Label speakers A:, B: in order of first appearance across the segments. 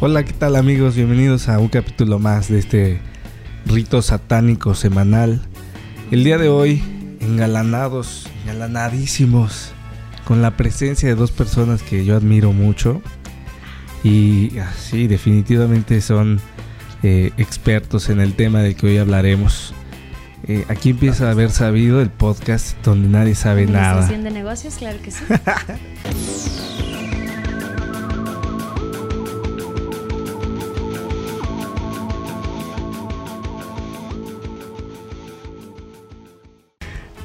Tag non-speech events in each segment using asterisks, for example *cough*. A: Hola, ¿qué tal amigos? Bienvenidos a un capítulo más de este rito satánico semanal. El día de hoy, engalanados, engalanadísimos, con la presencia de dos personas que yo admiro mucho. Y así, definitivamente son eh, expertos en el tema del que hoy hablaremos. Eh, aquí empieza a haber sabido el podcast donde nadie sabe nada.
B: Administración de negocios, claro que sí.
A: *laughs*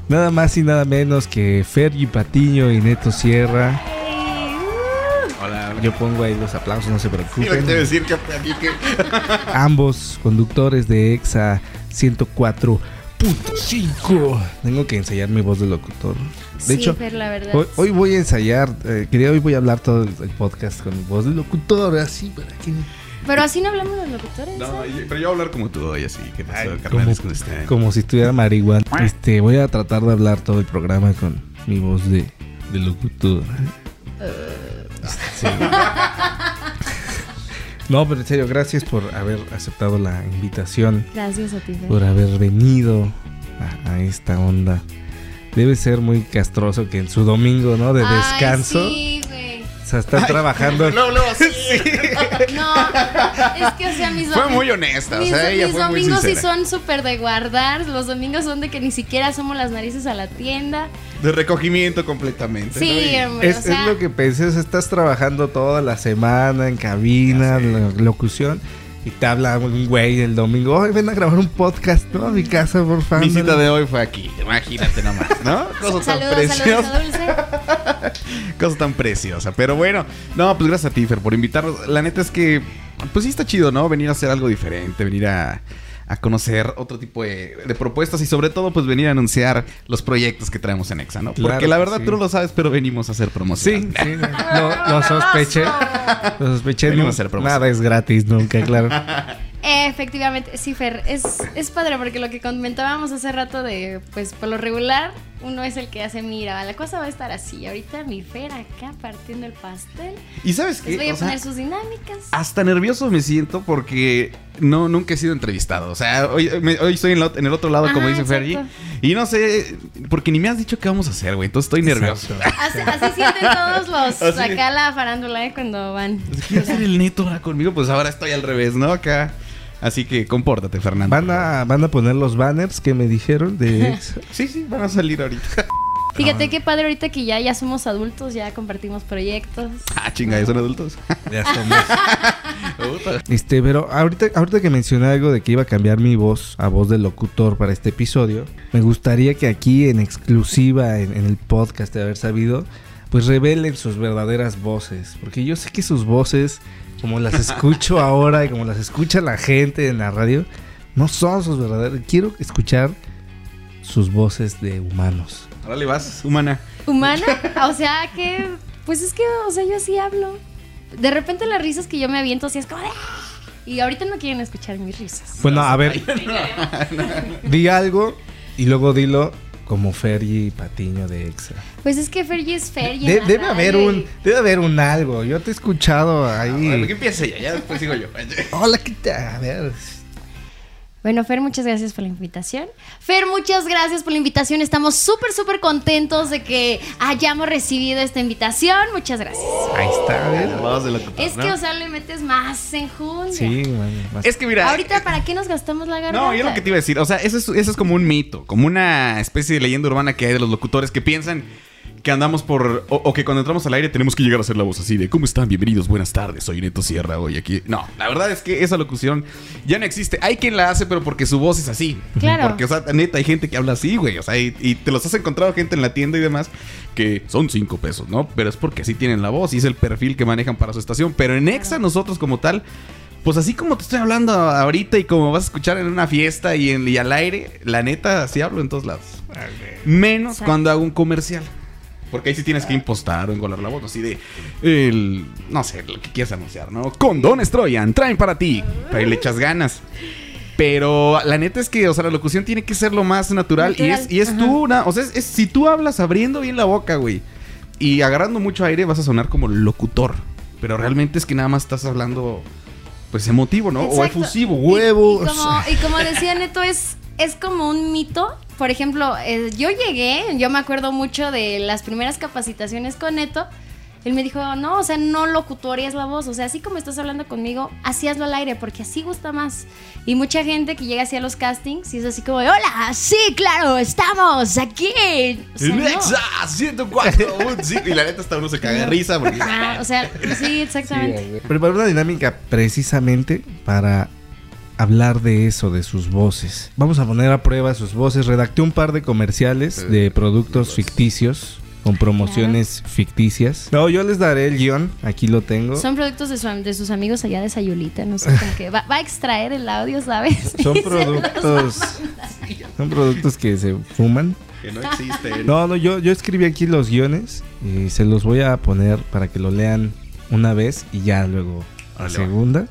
A: Nada más y nada menos que Fergie Patiño y Neto Sierra.
B: Ey,
C: Hola, hola.
A: Yo pongo ahí los aplausos, no se
C: Iba a
A: preocupen.
C: decir que aquí que.
A: Ambos conductores de EXA 104.5. Tengo que ensayar mi voz de locutor.
B: uh,
A: De
B: sí,
A: hecho,
B: Fer, la verdad.
A: hoy, hoy voy a ensayar, eh, quería, hoy voy a hablar todo el, el podcast con mi voz de locutor, así para que...
B: Pero así no hablamos los locutores.
C: No,
B: ¿eh?
C: yo- pero yo voy a hablar como tú hoy, así. ¿Qué
A: Ay,
C: pasó,
A: como-
C: carnales, con este usted?
A: Como si estuviera marihuana. Este, voy a tratar de hablar todo el programa con mi voz de, de locutor. Sí. *laughs* No, pero en serio, gracias por haber aceptado la invitación,
B: Gracias a ti, Fer.
A: por haber venido a, a esta onda. Debe ser muy castroso que en su domingo, ¿no? De
B: Ay,
A: descanso.
B: sí, güey.
A: O sea, están trabajando.
C: *laughs* Luego, luego, sí.
B: No, es que, o sea, mis
C: Fue
B: domi-
C: muy honesta, o
B: mis-
C: sea, ella
B: mis
C: fue muy
B: domingos sí
C: sincera.
B: son súper de guardar. Los domingos son de que ni siquiera asomos las narices a la tienda.
C: De recogimiento completamente. ¿no?
B: Sí, em,
C: Y-
B: hermano.
A: Es,
B: o
A: es
B: sea,
A: lo que pensé, o sea, estás trabajando toda la semana en cabina,
C: Ya sé.
A: la locución, y te habla un güey el domingo, "Oye, ven a grabar un podcast, ¿no? A mi casa, por favor.
C: Mi cita de hoy fue aquí, imagínate nomás, ¿no? Cosa tan
B: Saludos, saludos a
C: preciosa,
B: Dulce.
C: cosa tan preciosa. Pero bueno, no, pues gracias a ti, Fer, por invitarnos. La neta es que, pues sí está chido, ¿no? Venir a hacer algo diferente, venir a, a conocer otro tipo de, de propuestas y sobre todo, pues venir a anunciar los proyectos que traemos en EXA, ¿no?
A: Claro
C: Porque la
A: que
C: verdad
A: sí.
C: tú no lo sabes, pero venimos a hacer
A: Sí,
C: *laughs* promoción.
A: sí, lo, lo sospeché. Lo sospeché.
C: Venimos
A: no,
C: a hacer promoción.
A: nada es gratis nunca, claro.
B: Efectivamente, sí, Fer, es, es padre porque lo que comentábamos hace rato de, pues, por lo regular, uno es el que hace, mira, la cosa va a estar así. Ahorita mi Fer acá partiendo el pastel.
C: Y sabes
B: Les
C: qué?
B: voy a
C: O sea, ah,
B: poner sus dinámicas.
C: Hasta nervioso me siento porque no, nunca he sido entrevistado. O sea, hoy, me- hoy estoy en, la ot- en el otro lado, como
B: Ajá,
C: dice Fergie.
B: exacto.
C: Y no sé, porque ni me has dicho qué vamos a hacer, güey. Entonces estoy *laughs* nervioso.
A: Exacto.
B: Así, así sienten
C: *laughs*
B: todos los
C: Así.
B: acá la farándula ¿eh? cuando van.
C: Quiero ser el neto ahora conmigo, pues ahora estoy al revés, ¿no? Acá. Así que compórtate, Fernando.
A: Van a, van a poner los banners que me dijeron
B: *laughs*
A: de ex.
C: Sí, sí, van a salir ahorita.
B: Fíjate qué padre ahorita que ya, ya somos adultos, ya compartimos proyectos.
C: *laughs* ah, chinga, ¿ya son adultos.
A: Ya somos.
C: *laughs* Puta.
A: Este, pero ahorita, ahorita que mencioné algo de que iba a cambiar mi voz a voz del locutor para este episodio, me gustaría que aquí en exclusiva, en, en el podcast de haber sabido, pues revelen sus verdaderas voces. Porque yo sé que sus voces, como las escucho ahora y como las escucha la gente en la radio, no son sus verdaderas. Quiero escuchar sus voces de humanos.
C: Ahora le vas, humana. *laughs*
B: Humana, o sea que, pues es que, o sea, yo así hablo. De repente las risas que yo me aviento así es como de... "Ah", Y ahorita no quieren escuchar mis risas.
A: Bueno, a ver, di algo y luego dilo como Fergie Patiño de Exa.
B: Pues es que Fergie es Fergie. en
A: De-
B: la
A: debe haber
B: radio
A: un
B: y-
A: debe haber un algo. Yo te he escuchado
C: Ah, Bueno, que
A: ahí.
C: empiece ya, ya después sigo yo.
A: Hola, ¿qué tal? A ver.
B: Bueno, Fer, muchas gracias por la invitación. Fer, muchas gracias por la invitación. Estamos súper, súper contentos de que hayamos recibido esta invitación. Muchas gracias.
A: Ahí está, a ver.
C: Vamos de locutor,
B: Es
C: ¿no?
B: que, o sea, le metes más enjundia.
A: Sí, man, más-
C: Es que mira.
B: Ahorita, ¿para qué nos gastamos la garganta?
C: No, yo lo que te iba a decir, o sea, eso es, eso es como un mito, como una especie de leyenda urbana que hay de los locutores que piensan que andamos por. O, o que cuando entramos al aire tenemos que llegar a hacer la voz así de ¿Cómo están? Bienvenidos, buenas tardes, soy Neto Sierra hoy aquí. No, la verdad es que esa locución ya no existe. Hay quien la hace, pero porque su voz es así.
B: Claro.
C: Porque, o sea, neta, hay gente que habla así, güey. O sea, y, y te los has encontrado gente en la tienda y demás que son cinco pesos, ¿no? Pero es porque así tienen la voz y es el perfil que manejan para su estación. Pero en Exa, nosotros como tal. Pues así como te estoy hablando ahorita y como vas a escuchar en una fiesta y, en, y al aire, la neta, así hablo en todos lados. Menos
B: Exacto.
C: cuando hago un comercial. Porque ahí sí tienes que impostar o engolar la voz, así de. El, no sé, lo que quieras anunciar, ¿no? Condones Troyan, traen para ti. Pero le echas ganas. Pero la neta es que, o sea, la locución tiene que ser lo más natural. Y
B: Natural,
C: es, y es
B: ajá.
C: tú una. O sea, es- es- si tú hablas abriendo bien la boca, güey. Y agarrando mucho aire, vas a sonar como locutor. Pero realmente es que nada más estás hablando pues emotivo, ¿no? O
B: Exacto.
C: efusivo,
B: Y-
C: huevos.
B: Y,
C: *laughs*
B: como, y como decía Neto, es, es como un mito. Por ejemplo, eh, yo llegué, yo me acuerdo mucho de las primeras capacitaciones con Neto. Él me dijo, no, o sea, no locutorías la voz. O sea, así como estás hablando conmigo, así hazlo al aire, porque así gusta más. Y mucha gente que llega así a los castings y es así como, de, hola, sí, claro, estamos aquí. O sea, no.
C: Nexa 104.5. Y la neta hasta uno se caga de risa porque
B: Ah, o sea, sí, exactamente.
A: Preparé una dinámica precisamente para hablar de eso, de sus voces. Vamos a poner a prueba sus voces. Redacté un par de comerciales de productos ficticios con promociones ficticias. No, yo les daré el guión. Aquí lo tengo.
B: Son productos de, su- de sus amigos allá de Sayulita, no sé, como que va, va a extraer el audio, ¿sabes?
A: *laughs* Son
B: Y se
A: productos. Son productos que se fuman.
C: que no existe.
A: No, no, yo, yo escribí aquí los guiones y se los voy a poner para que lo lean una vez y ya luego la
C: Órale, va.
A: segunda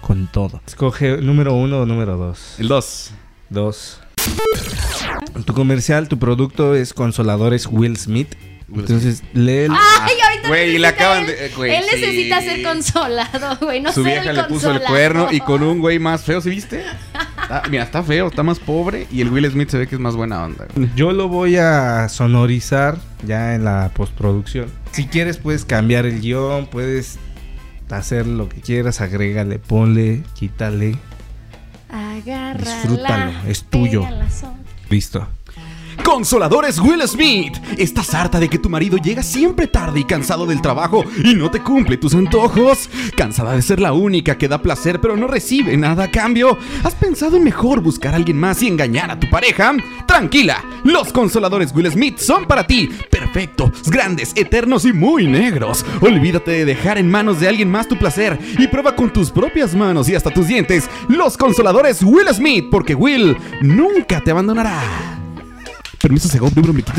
A: con todo. Escoge número uno o número dos.
C: El 2.
A: Dos. Tu comercial, tu producto es Consoladores Will Smith.
C: Will
A: Entonces, lee
C: Ah.
A: el-
B: Ay, ahorita
C: Güey,
B: necesita
C: le acaban
B: él-
C: de- eh, güey,
B: él
C: sí.
B: necesita ser consolado, güey. No
C: Su
B: ser
C: vieja
B: el
C: le puso el
B: consolado.
C: cuerno y con un güey más feo, ¿sí viste? Está- mira, está feo, está más pobre y el Will Smith se ve que es más buena onda. güey.
A: Yo lo voy a sonorizar ya en la postproducción. Si quieres, puedes cambiar el guión, puedes hacer lo que quieras, agrégale, ponle, quítale.
B: Agárrala.
A: Disfrútalo, es tuyo.
B: pégala, son-
A: Listo.
C: Consoladores Will Smith. ¿Estás harta de que tu marido llega siempre tarde y cansado del trabajo y no te cumple tus antojos? ¿Cansada de ser la única que da placer pero no recibe nada a cambio? ¿Has pensado en mejor buscar a alguien más y engañar a tu pareja? Tranquila, los consoladores Will Smith son para ti. Perfectos, grandes, eternos y muy negros. Olvídate de dejar en manos de alguien más tu placer y prueba con tus propias manos y hasta tus dientes los consoladores Will Smith porque Will nunca te abandonará. Permiso, Segov, número me quito.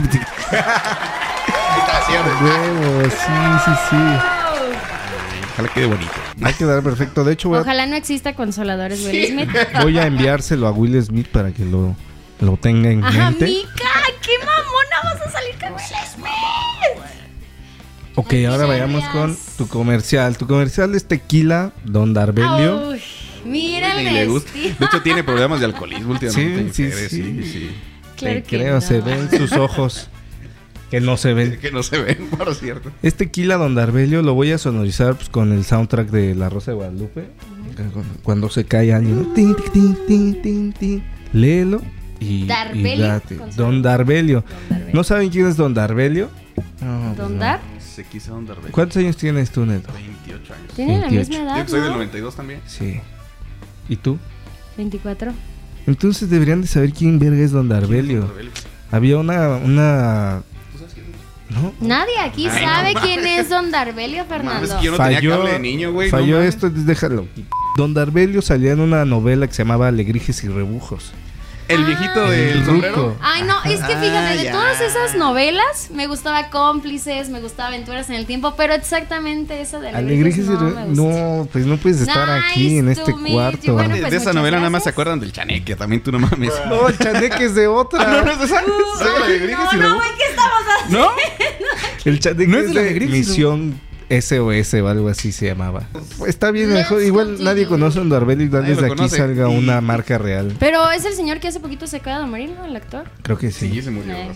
A: Huevo, sí, sí, sí.
C: Ojalá quede bonito.
A: Va a quedar perfecto. De hecho, voy a,
B: Ojalá no exista consoladores, Will Smith.
A: voy a enviárselo a Will Smith para que lo, lo tenga en
B: Ajá,
A: mente.
B: Mica, qué mamona vas a salir con Will Smith.
A: Ok,
B: Ay,
A: ahora
B: qué
A: vayamos con
B: nervios.
A: tu comercial. Tu comercial es Tequila Don Darbelio.
B: Uy, mira
C: Ni
B: el
C: le gusta.
B: vestido.
C: De hecho, tiene problemas de alcoholismo últimamente.
A: Sí, sí,
C: mujeres,
A: sí.
B: Claro
A: Te
B: que
A: creo,
B: no.
A: se ven sus
B: *laughs*
A: ojos que no se
C: sí.
A: ven.
C: Que no se ven, por cierto.
A: Este Tequila Don Darbelio lo voy a sonorizar pues, con el soundtrack de La Rosa de Guadalupe. Cuando- Cuando se cae alguien.
B: Mm.
A: ¿no? Tin, tin, tin, tin, tin, tin. Léelo y, y
B: Darbelio,
A: date.
B: con su-
A: Don Darbelio.
B: Don Darby.
A: ¿No saben quién es Don Darbelio? No, pues
B: ¿Don
A: no.
B: Dar?
C: Se quiso un Darby.
A: ¿Cuántos años tienes tú, Neto?
C: 28 años.
B: Tienen la
A: 28.
B: misma edad,
C: Yo que soy del
B: ¿no?
C: 92 también.
A: Sí. ¿Y tú?
B: 24.
A: Entonces deberían de saber quién verga es Don Darbelio. Había una, una... ¿No?
B: Nadie aquí
C: Ay, no
B: sabe
C: mames.
B: quién es Don Darbelio
C: Mames,
B: Fernando.
C: que yo no tenía cable de niño, güey. no
A: Falló
C: mames.
A: esto, déjalo. Don Darbelio salía en una novela que se llamaba Alegrijes y Rebujos.
B: Ah.
C: El viejito del
A: Ruco.
C: sombrero.
B: Ay, no, es que fíjate, de
C: ya.
B: todas esas novelas, me gustaba Cómplices, me gustaba Aventuras en el Tiempo, pero exactamente esa de
A: Alegrijes
B: Alegrijes
A: y
B: no
A: Rebujos.
B: me gustó.
A: No, pues no puedes estar
B: Nice
A: aquí en
B: to
A: este
B: meet you.
A: cuarto.
B: Bueno,
C: de
B: pues,
C: de esa
B: muchas
C: novela nada más
B: gracias.
C: se acuerdan del chaneque, también tú no mames.
A: No, el chaneque es de otra.
C: *laughs* Ah, es de esa. Sí, la de Griges y
B: No, no,
C: Rebujos.
B: güey, ¿qué estamos haciendo?
C: ¿No?
A: El chaneque
C: No es
A: es
C: de
A: de
C: Alegrijes y
A: Misión SOS o algo así se llamaba. Pues está bien,
B: Let's
A: mejor- igual
B: continue.
A: nadie conoce a Don Darbelio y tal
C: Nadie
A: vez
C: lo
A: de aquí
C: conoce.
A: salga
C: Y-
A: una marca real.
B: Pero es el señor que hace poquito se acaba de morir, ¿no? El actor.
A: Creo que
C: Sí,
A: sí.
C: se murió.
B: Eh.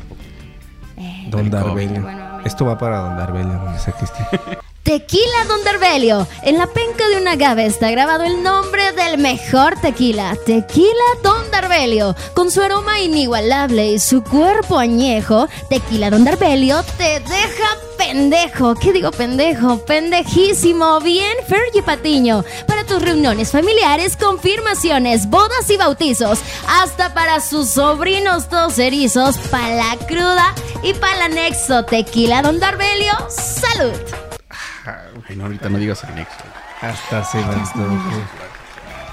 B: Eh,
A: Don
B: bueno,
A: Darbelio.
B: bueno.
A: Esto va para Don Darbelio, donde sea que esté.
B: Tequila Don Darbelio. En la penca de un agave está grabado el nombre del mejor tequila, Tequila Don Darbelio. Con su aroma inigualable y su cuerpo añejo, Tequila Don Darbelio te deja pendejo. ¿Qué digo pendejo? Pendejísimo. Bien, Fergie Patiño. Para tus reuniones familiares, confirmaciones, bodas y bautizos. Hasta para sus sobrinos todos erizos, para la cruda y para el anexo. Tequila Don Darbelio, salud.
C: Ay, no, ahorita no digas anexo.
A: Hasta se gastó.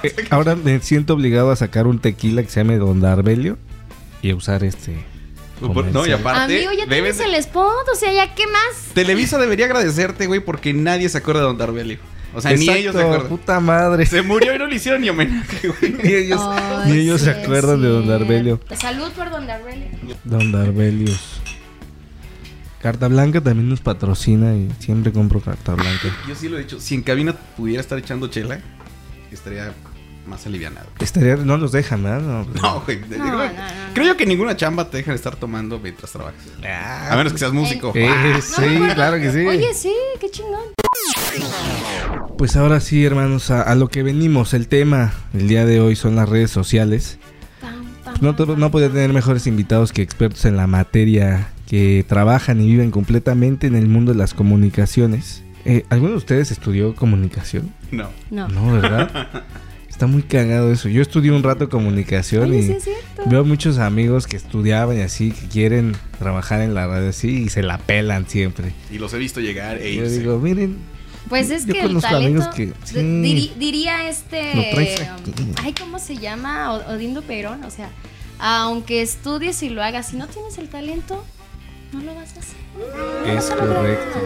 A: Eh, Ahora me siento obligado a sacar un tequila que se llame Don Darbelio y a usar este.
D: Pues,
C: No, y
A: comercial.
C: aparte.
B: Amigo, ya
C: debes
B: tienes
C: de-
B: el spot, o sea, ¿ya qué más?
C: Televisa debería agradecerte, güey, porque nadie se acuerda de Don Darbelio. O sea, ni
A: Exacto,
C: ellos se acuerdan.
A: Puta madre.
C: Se murió y no le hicieron ni homenaje, güey.
A: *laughs* Ni ellos, ni ellos se acuerdan de Don Darbelio.
B: Salud por Don Darbelio.
A: Don Darbelius. Carta Blanca también nos patrocina y siempre compro Carta Blanca.
C: Yo sí lo he dicho. Si en cabina pudiera estar echando chela,
D: estaría más alivianado. *laughs*
A: Estaría, no los dejan, ¿verdad? No,
D: No, güey. te
B: No,
D: digo,
B: no, no,
D: Creo yo que ninguna chamba te dejan estar tomando mientras trabajas. A menos que seas músico.
A: Ah, Eh,
D: Ah,
B: No me
A: sí,
B: acuerdo.
A: claro que sí.
B: Oye, sí, qué chingón.
A: Pues ahora sí, hermanos, a, a lo que venimos, el tema el día de hoy son las redes sociales.
B: Pam, pam,
A: No,
B: pam,
A: tu-
B: pam.
A: no podía tener mejores invitados que expertos en la materia, que trabajan y viven completamente en el mundo de las comunicaciones. Eh, ¿Alguno de ustedes estudió comunicación?
D: No.
B: No.
A: No, ¿verdad? Está muy cagado eso. Yo estudié un rato comunicación
B: Oye,
A: y...
B: sí es cierto.
A: Veo muchos amigos que estudiaban y así, que quieren trabajar en la radio así y se la pelan siempre.
D: Y los he visto llegar e
A: Yo
D: irse.
A: digo, miren,
B: Pues es
A: Yo
B: que el
A: conozco amigos
B: talento.
A: que- sí.
B: de- diri- diría
A: Lo traes
B: este.
A: aquí.
B: um, Ay, ¿cómo se llama? O- Odindo Perón. O sea, aunque estudies y lo hagas, si no tienes el talento, no lo vas a hacer.
A: es correcto.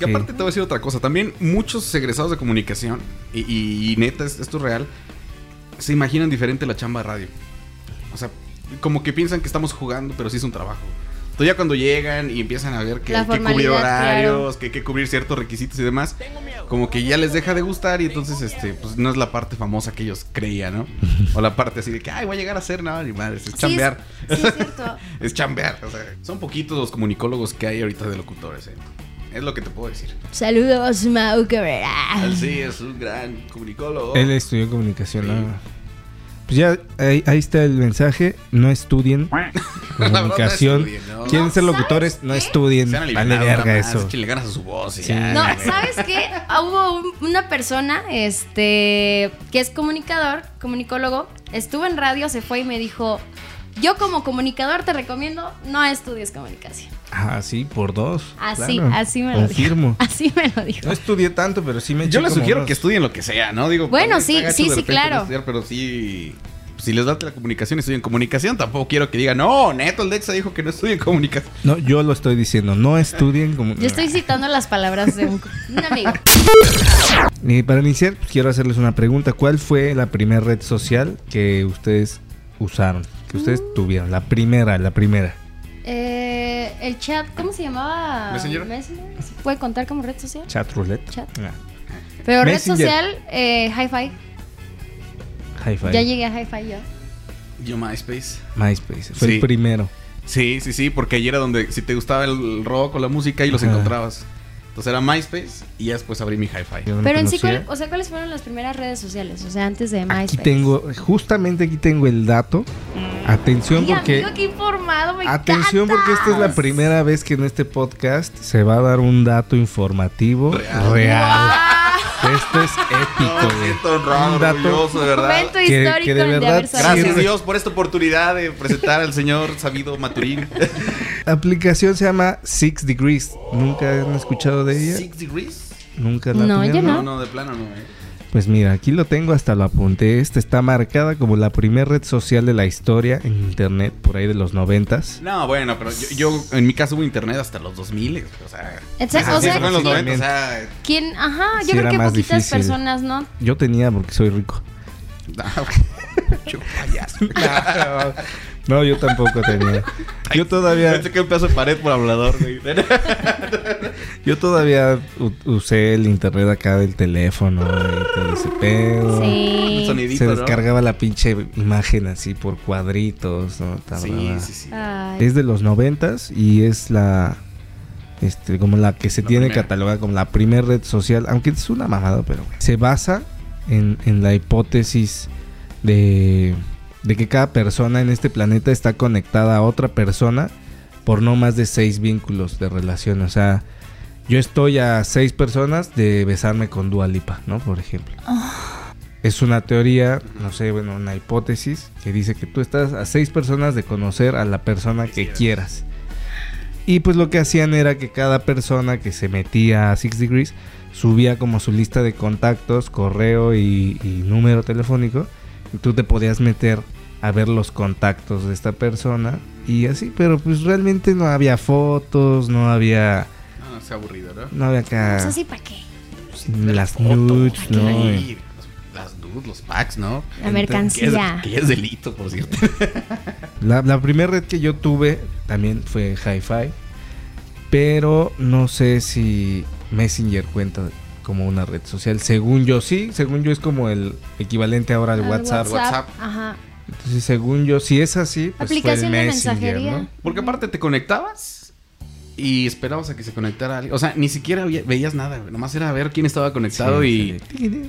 D: Que aparte te voy a decir otra cosa. También muchos egresados de comunicación, y, y- y neta, es- esto es real, se imaginan diferente la chamba de radio. O sea, como que piensan que estamos jugando, pero sí es un trabajo. Entonces ya cuando llegan y empiezan a ver que,
B: La
D: hay que cubrir
B: formalidad,
D: horarios, que hay que cubrir ciertos requisitos y demás, como que ya les deja de gustar y entonces este pues no es la parte famosa que ellos creían, ¿no? O la parte así de que, ay, voy a llegar a ser nada, ni madre, es
B: Sí,
D: chambear.
B: es- sí, es cierto.
D: *laughs* Es chambear. o sea, son poquitos los comunicólogos que hay ahorita de locutores, ¿eh? Es lo que te puedo decir.
B: Saludos, Mau Cabrera.
A: *laughs*
D: Él sí es un gran comunicólogo.
A: Él estudió comunicación.
D: Sí.
A: ah. Pues ya, ahí, ahí está el mensaje. No estudien
D: *laughs* La verdad, no
A: comunicación.
D: estudien, no.
A: Quieren ser
B: ¿Sabes
A: locutores, no
B: qué?
A: estudien.
D: Se han
A: Vale
D: alivianado nada
A: verga
D: más,
A: eso.
D: échenle ganas a su voz. y
A: Sí.
D: ya.
B: No, ¿sabes qué? Ah, Hubo un- una persona este, que es comunicador, comunicólogo, estuvo en radio, se fue y me dijo, yo como comunicador te recomiendo no estudies comunicación.
A: Ah, sí, por dos.
B: Así,
A: claro.
B: así me lo
A: Confirmo.
B: dijo. *laughs* Así me lo dijo.
A: No estudié tanto, pero sí me eché
D: Yo les
A: como
D: sugiero
A: unos-
D: que estudien lo que sea, ¿no? Digo,
B: Bueno,
D: también
B: sí,
D: está gacho
B: sí,
D: de
B: sí,
D: repente
B: claro.
D: no estudiar, pero sí. Si les da la comunicación, estudien comunicación. Tampoco quiero que digan, no, Neto, el Dexa dijo que no estudien comunicación.
A: No, yo lo estoy diciendo. No estudien como.
B: Yo estoy citando las palabras de un, un amigo.
A: *laughs* Y para iniciar, pues, quiero hacerles una pregunta. ¿Cuál fue la primera red social que ustedes usaron? Que ustedes
B: Mm.
A: tuvieron. La primera, la primera.
B: Eh, el chat, ¿cómo se llamaba?
D: Messenger.
B: ¿Se puede contar como red social?
A: Chat roulette.
B: Chat.
A: Ah, Messenger.
B: Pero red social, eh, hi-fi.
A: Hi-Fi.
B: Ya llegué a hi-fi yo.
D: Yo, MySpace.
A: MySpace. Fue
D: Sí.
A: el primero.
D: Sí, sí, sí, porque ayer era donde si te gustaba el rock o la música y los
A: Ajá.
D: encontrabas. Entonces era MySpace y ya después abrí mi hi-fi.
A: Yo no
B: Pero en sí,
A: conocía.
B: ¿cuál- o sea, ¿cuáles fueron las primeras redes sociales? O sea, antes de MySpace.
A: pues,
B: Mm.
A: Aquí tengo, justamente aquí tengo el dato. Atención
B: Ay,
A: porque.
B: amigo, qué informado, me
A: Atención porque esta es la
B: encantas.
A: primera vez que en este podcast se va a dar un dato informativo
D: Real.
A: real. Esto es épico, güey. Un dato-
D: de
B: Momento
A: que de
B: histórico el de
A: verdad
B: haber sabido.
D: Gracias
A: Sí,
D: Dios por esta oportunidad de presentar al señor Sabido Maturín.
A: La aplicación se llama Six Degrees. ¿Nunca han escuchado de ella?
D: Six Degrees.
A: ¿Nunca la
B: No,
A: tenían?
B: yo
D: No, no, de plano no. eh.
A: Pues mira, aquí lo tengo, hasta lo apunté. Esta está marcada como la primera red social de la historia en internet, por ahí de los noventas.
D: No, bueno, pero yo, yo, en mi caso hubo internet hasta los 2000. O sea,
B: Exacto,
A: o
D: *laughs* sí,
A: sea,
D: fue en los ¿eh?
A: sí.
D: 90. O sea,
B: ¿Quién? Ajá, yo
A: Sí,
B: creo
A: era
B: que
A: más
B: poquitas
A: difícil.
B: personas, ¿no?
A: Yo tenía porque soy
B: *laughs*
A: rico. *laughs*
D: *laughs* yo payaso.
A: No, yo tampoco tenía. Yo todavía,
D: Pensé que un pedazo de pared por hablador, güey.
A: yo todavía u- usé el internet acá del teléfono y todo ese pedo.
D: Un
B: Sí.
D: sonidito,
A: Se
D: ¿no?
A: descargaba la pinche imagen así por cuadritos, ¿no?
D: Sí,
A: Tardaba.
D: sí, sí.
B: Ay.
A: Es de los noventas y es la este, como la que se
D: La
A: tiene
D: primera.
A: catalogada como la primera red social, aunque es una mamada, pero bueno. se basa en, en la hipótesis de, de que cada persona en este planeta está conectada a otra persona por no más de seis vínculos de relación. O sea, yo estoy a seis personas de besarme con Dualipa, ¿no? Por ejemplo. Es una teoría, no sé, bueno, una hipótesis que dice que tú estás a seis personas de conocer a la persona que quieras. Y pues lo que hacían era que cada persona que se metía a Six Degrees subía como su lista de contactos, correo y, y número telefónico. Y tú te podías meter a ver los contactos de esta persona y así, pero pues realmente no había fotos, no había,
D: Ah, No, es aburrido, ¿no?
A: no había acá
B: Pues así, ¿para qué?
A: las
D: pues, Foto,
A: nudes,
D: hay que
A: no.
D: ir. Las nudes, los packs, ¿no?
A: Entonces,
B: La
D: Que es,
B: mercancía.
D: que ya es delito, por cierto. *laughs*
A: La, la primera red que yo tuve también fue Hi-Fi. Pero no sé si Messenger cuenta como una red social. Según yo, sí, según yo es como el equivalente ahora al
B: Al
A: WhatsApp.
D: WhatsApp.
B: Ah, Ajá.
A: Entonces, según yo, si es así, pues
B: Aplicación
A: fue
B: de
A: el Messenger,
B: mensajería.
A: ¿no?
D: Porque aparte te conectabas y esperabas a que se conectara alguien. O sea, ni siquiera había- veías nada, güey. Nomás era ver quién estaba conectado y,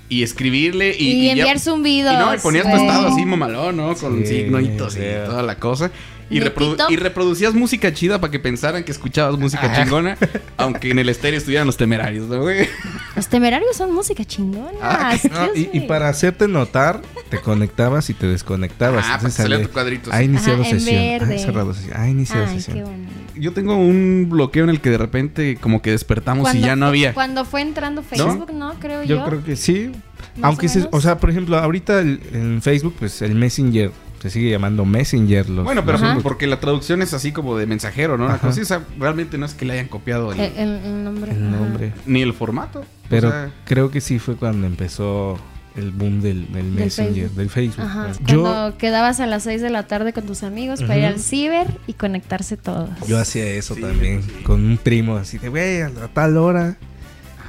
B: *laughs*
D: y escribirle y,
B: Y,
D: y ya-
B: enviar zumbidos.
D: Y no, y ponías tu
B: güey.
D: estado así, mamalón, ¿no? Con
A: Sí,
D: signitos
A: güey.
D: y toda la cosa. Y,
B: De
D: reprodu-
B: pito.
D: y reproducías música chida para que pensaran que escuchabas música
A: Ah.
D: chingona, aunque en el estéreo estuvieran los temerarios, ¿no, güey?
B: Los temerarios son música chingona. *laughs*
A: No,
D: Ah,
B: excuse
A: y, y
B: me.
A: para hacerte notar, te conectabas y te desconectabas.
D: Ah, pues
A: Entonces,
D: salía
A: sale-
D: tu cuadrito.
A: ha iniciado
B: Ajá, en
A: sesión. Ha
B: verde.
A: cerrado sesión. Ha iniciado
B: Ay,
A: sesión.
B: qué bonito.
D: Yo tengo un bloqueo en el que de repente como que despertamos y
B: Cuando
D: ya no
B: fue-
D: había.
B: Cuando fue entrando Facebook, ¿no? Creo yo.
A: Yo, creo que sí.
B: Más
A: Aunque,
B: o
A: se- o,
B: menos.
A: sea, por ejemplo, ahorita el- en Facebook, pues el Messenger se sigue llamando Messenger. Los,
D: Bueno, pero
A: los-
B: Ajá.
D: porque la traducción es así como de mensajero, ¿no? Una
A: Ajá.
D: cosa así, o sea, realmente no es que le hayan copiado el-
B: Eh, El, el- el nombre.
A: el
B: ajá.
A: nombre.
D: ni el formato.
A: Pero
D: o sea,
A: creo que sí fue cuando empezó el boom del, del Messenger,
B: Facebook.
A: del Facebook. pues.
B: Ajá.
A: Yo,
B: Cuando quedabas a las 6 de la tarde con tus amigos para ir
A: Ujú.
B: al ciber y conectarse todos.
A: yo hacía eso
D: Sí,
A: también,
D: sí.
A: con un primo, así de, güey, a la tal hora.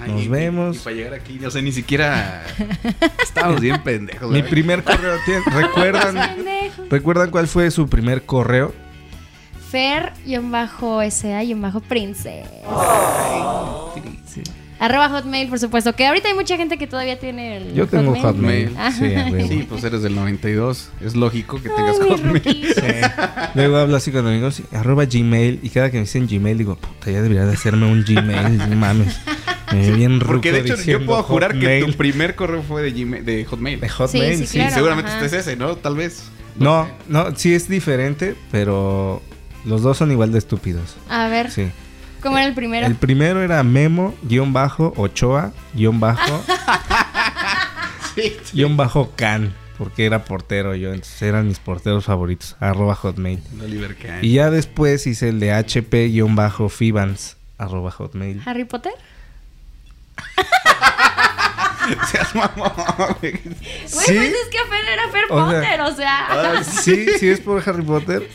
D: ay,
A: nos
D: y- y-
A: vemos.
D: Y, para llegar aquí, no sé, ni
A: *laughs*
D: siquiera estábamos bien pendejos.
A: Mi *laughs*
D: ¿verdad?
A: primer correo, ¿tien-
B: *laughs*
A: ¿recuerdan?
B: Pendejo.
A: ¿Recuerdan cuál fue su primer correo?
B: Fer y en bajo SA y en bajo Prince. Arroba Hotmail, por supuesto. Que ahorita hay mucha gente que todavía tiene el.
A: Yo tengo Hotmail.
B: Ah.
A: Sí,
D: Hotmail.
A: a huevo.
D: Sí, pues eres del 92. Es lógico que tengas
B: Ay, mi
D: Hotmail.
B: ruquillo.
A: Luego hablo así con amigos, arroba Gmail, y cada que me dicen Gmail digo, puta, ya debería de hacerme un Gmail, no
D: *laughs*
A: mames. Me veo bien ruco
D: Porque de hecho yo
A: diciendo
D: puedo jurar que tu
A: Hotmail.
D: primer correo fue de, Gmail- de Hotmail.
A: De Hotmail,
B: Sí,
A: sí.
B: sí, claro.
D: Seguramente
B: ajá.
D: este es ese, ¿no? Tal vez.
A: No, no, sí es diferente, pero los dos son igual de estúpidos.
B: A ver,
A: Sí.
B: ¿cómo era el primero?
A: El primero era Memo, guión bajo, Ochoa, guión bajo,
D: *laughs* Sí.
A: guión bajo Can, porque era portero yo, entonces eran mis porteros favoritos, arroba Hotmail.
D: Oliver Kahn.
A: Y ya después hice el de hp-fibans, arroba hotmail.
B: ¿Harry Potter?
D: *laughs* Seas mamón. güey.
B: Güey, pues es que Fer era Fer
A: O sea- Ah,
B: Potter, o sea.
A: Sí, sí es por Harry Potter.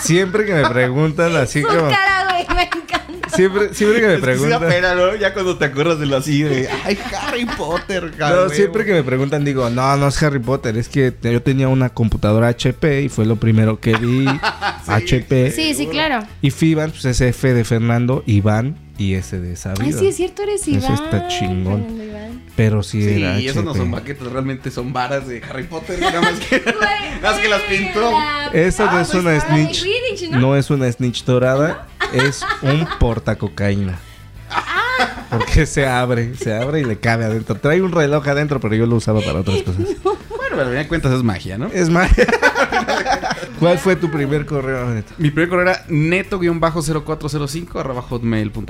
A: Siempre que me preguntan así
B: su
A: como...
B: cara, güey, me encanta.
A: Siempre, siempre que me
D: Es que *laughs* sí da
A: preguntan...
D: pena, ¿no? Ya cuando te acuerdas de lo así de. Ay, Harry Potter,
A: No, siempre que me preguntan digo, no, no es Harry Potter, es que te- yo tenía una computadora HP y fue lo primero que
D: *laughs*
A: vi, HP.
B: Sí, sí, claro.
A: Y Fibans, pues es F de Fernando, Iván y S de Sabido.
B: Ay, sí, es cierto, eres
A: Eso
B: Iván.
A: está chingón.
B: Fernando Iván.
A: Pero sí,
D: Sí,
A: era
D: y esas no son
A: HP.
D: baquetas, realmente son varas de Harry Potter. *laughs* Nada más que, nada más que *laughs* las pintó.
B: La-
A: Esa no
B: Ah,
A: es
B: pues,
A: una
B: ay,
A: snitch.
B: Quidditch,
A: ¿no?
B: ¿no?
A: es una snitch dorada, es un portacocaína.
B: Ah.
A: Porque se abre, se abre y le cabe adentro. Trae un reloj adentro, pero yo lo usaba para
B: *laughs*
A: otras cosas.
D: Bueno, pero al final de cuentas es magia, ¿no?
A: Es más, *laughs* ¿cuál fue tu primer correo, Neto?
D: Mi primer correo era neto-0405 arroba hotmail.com.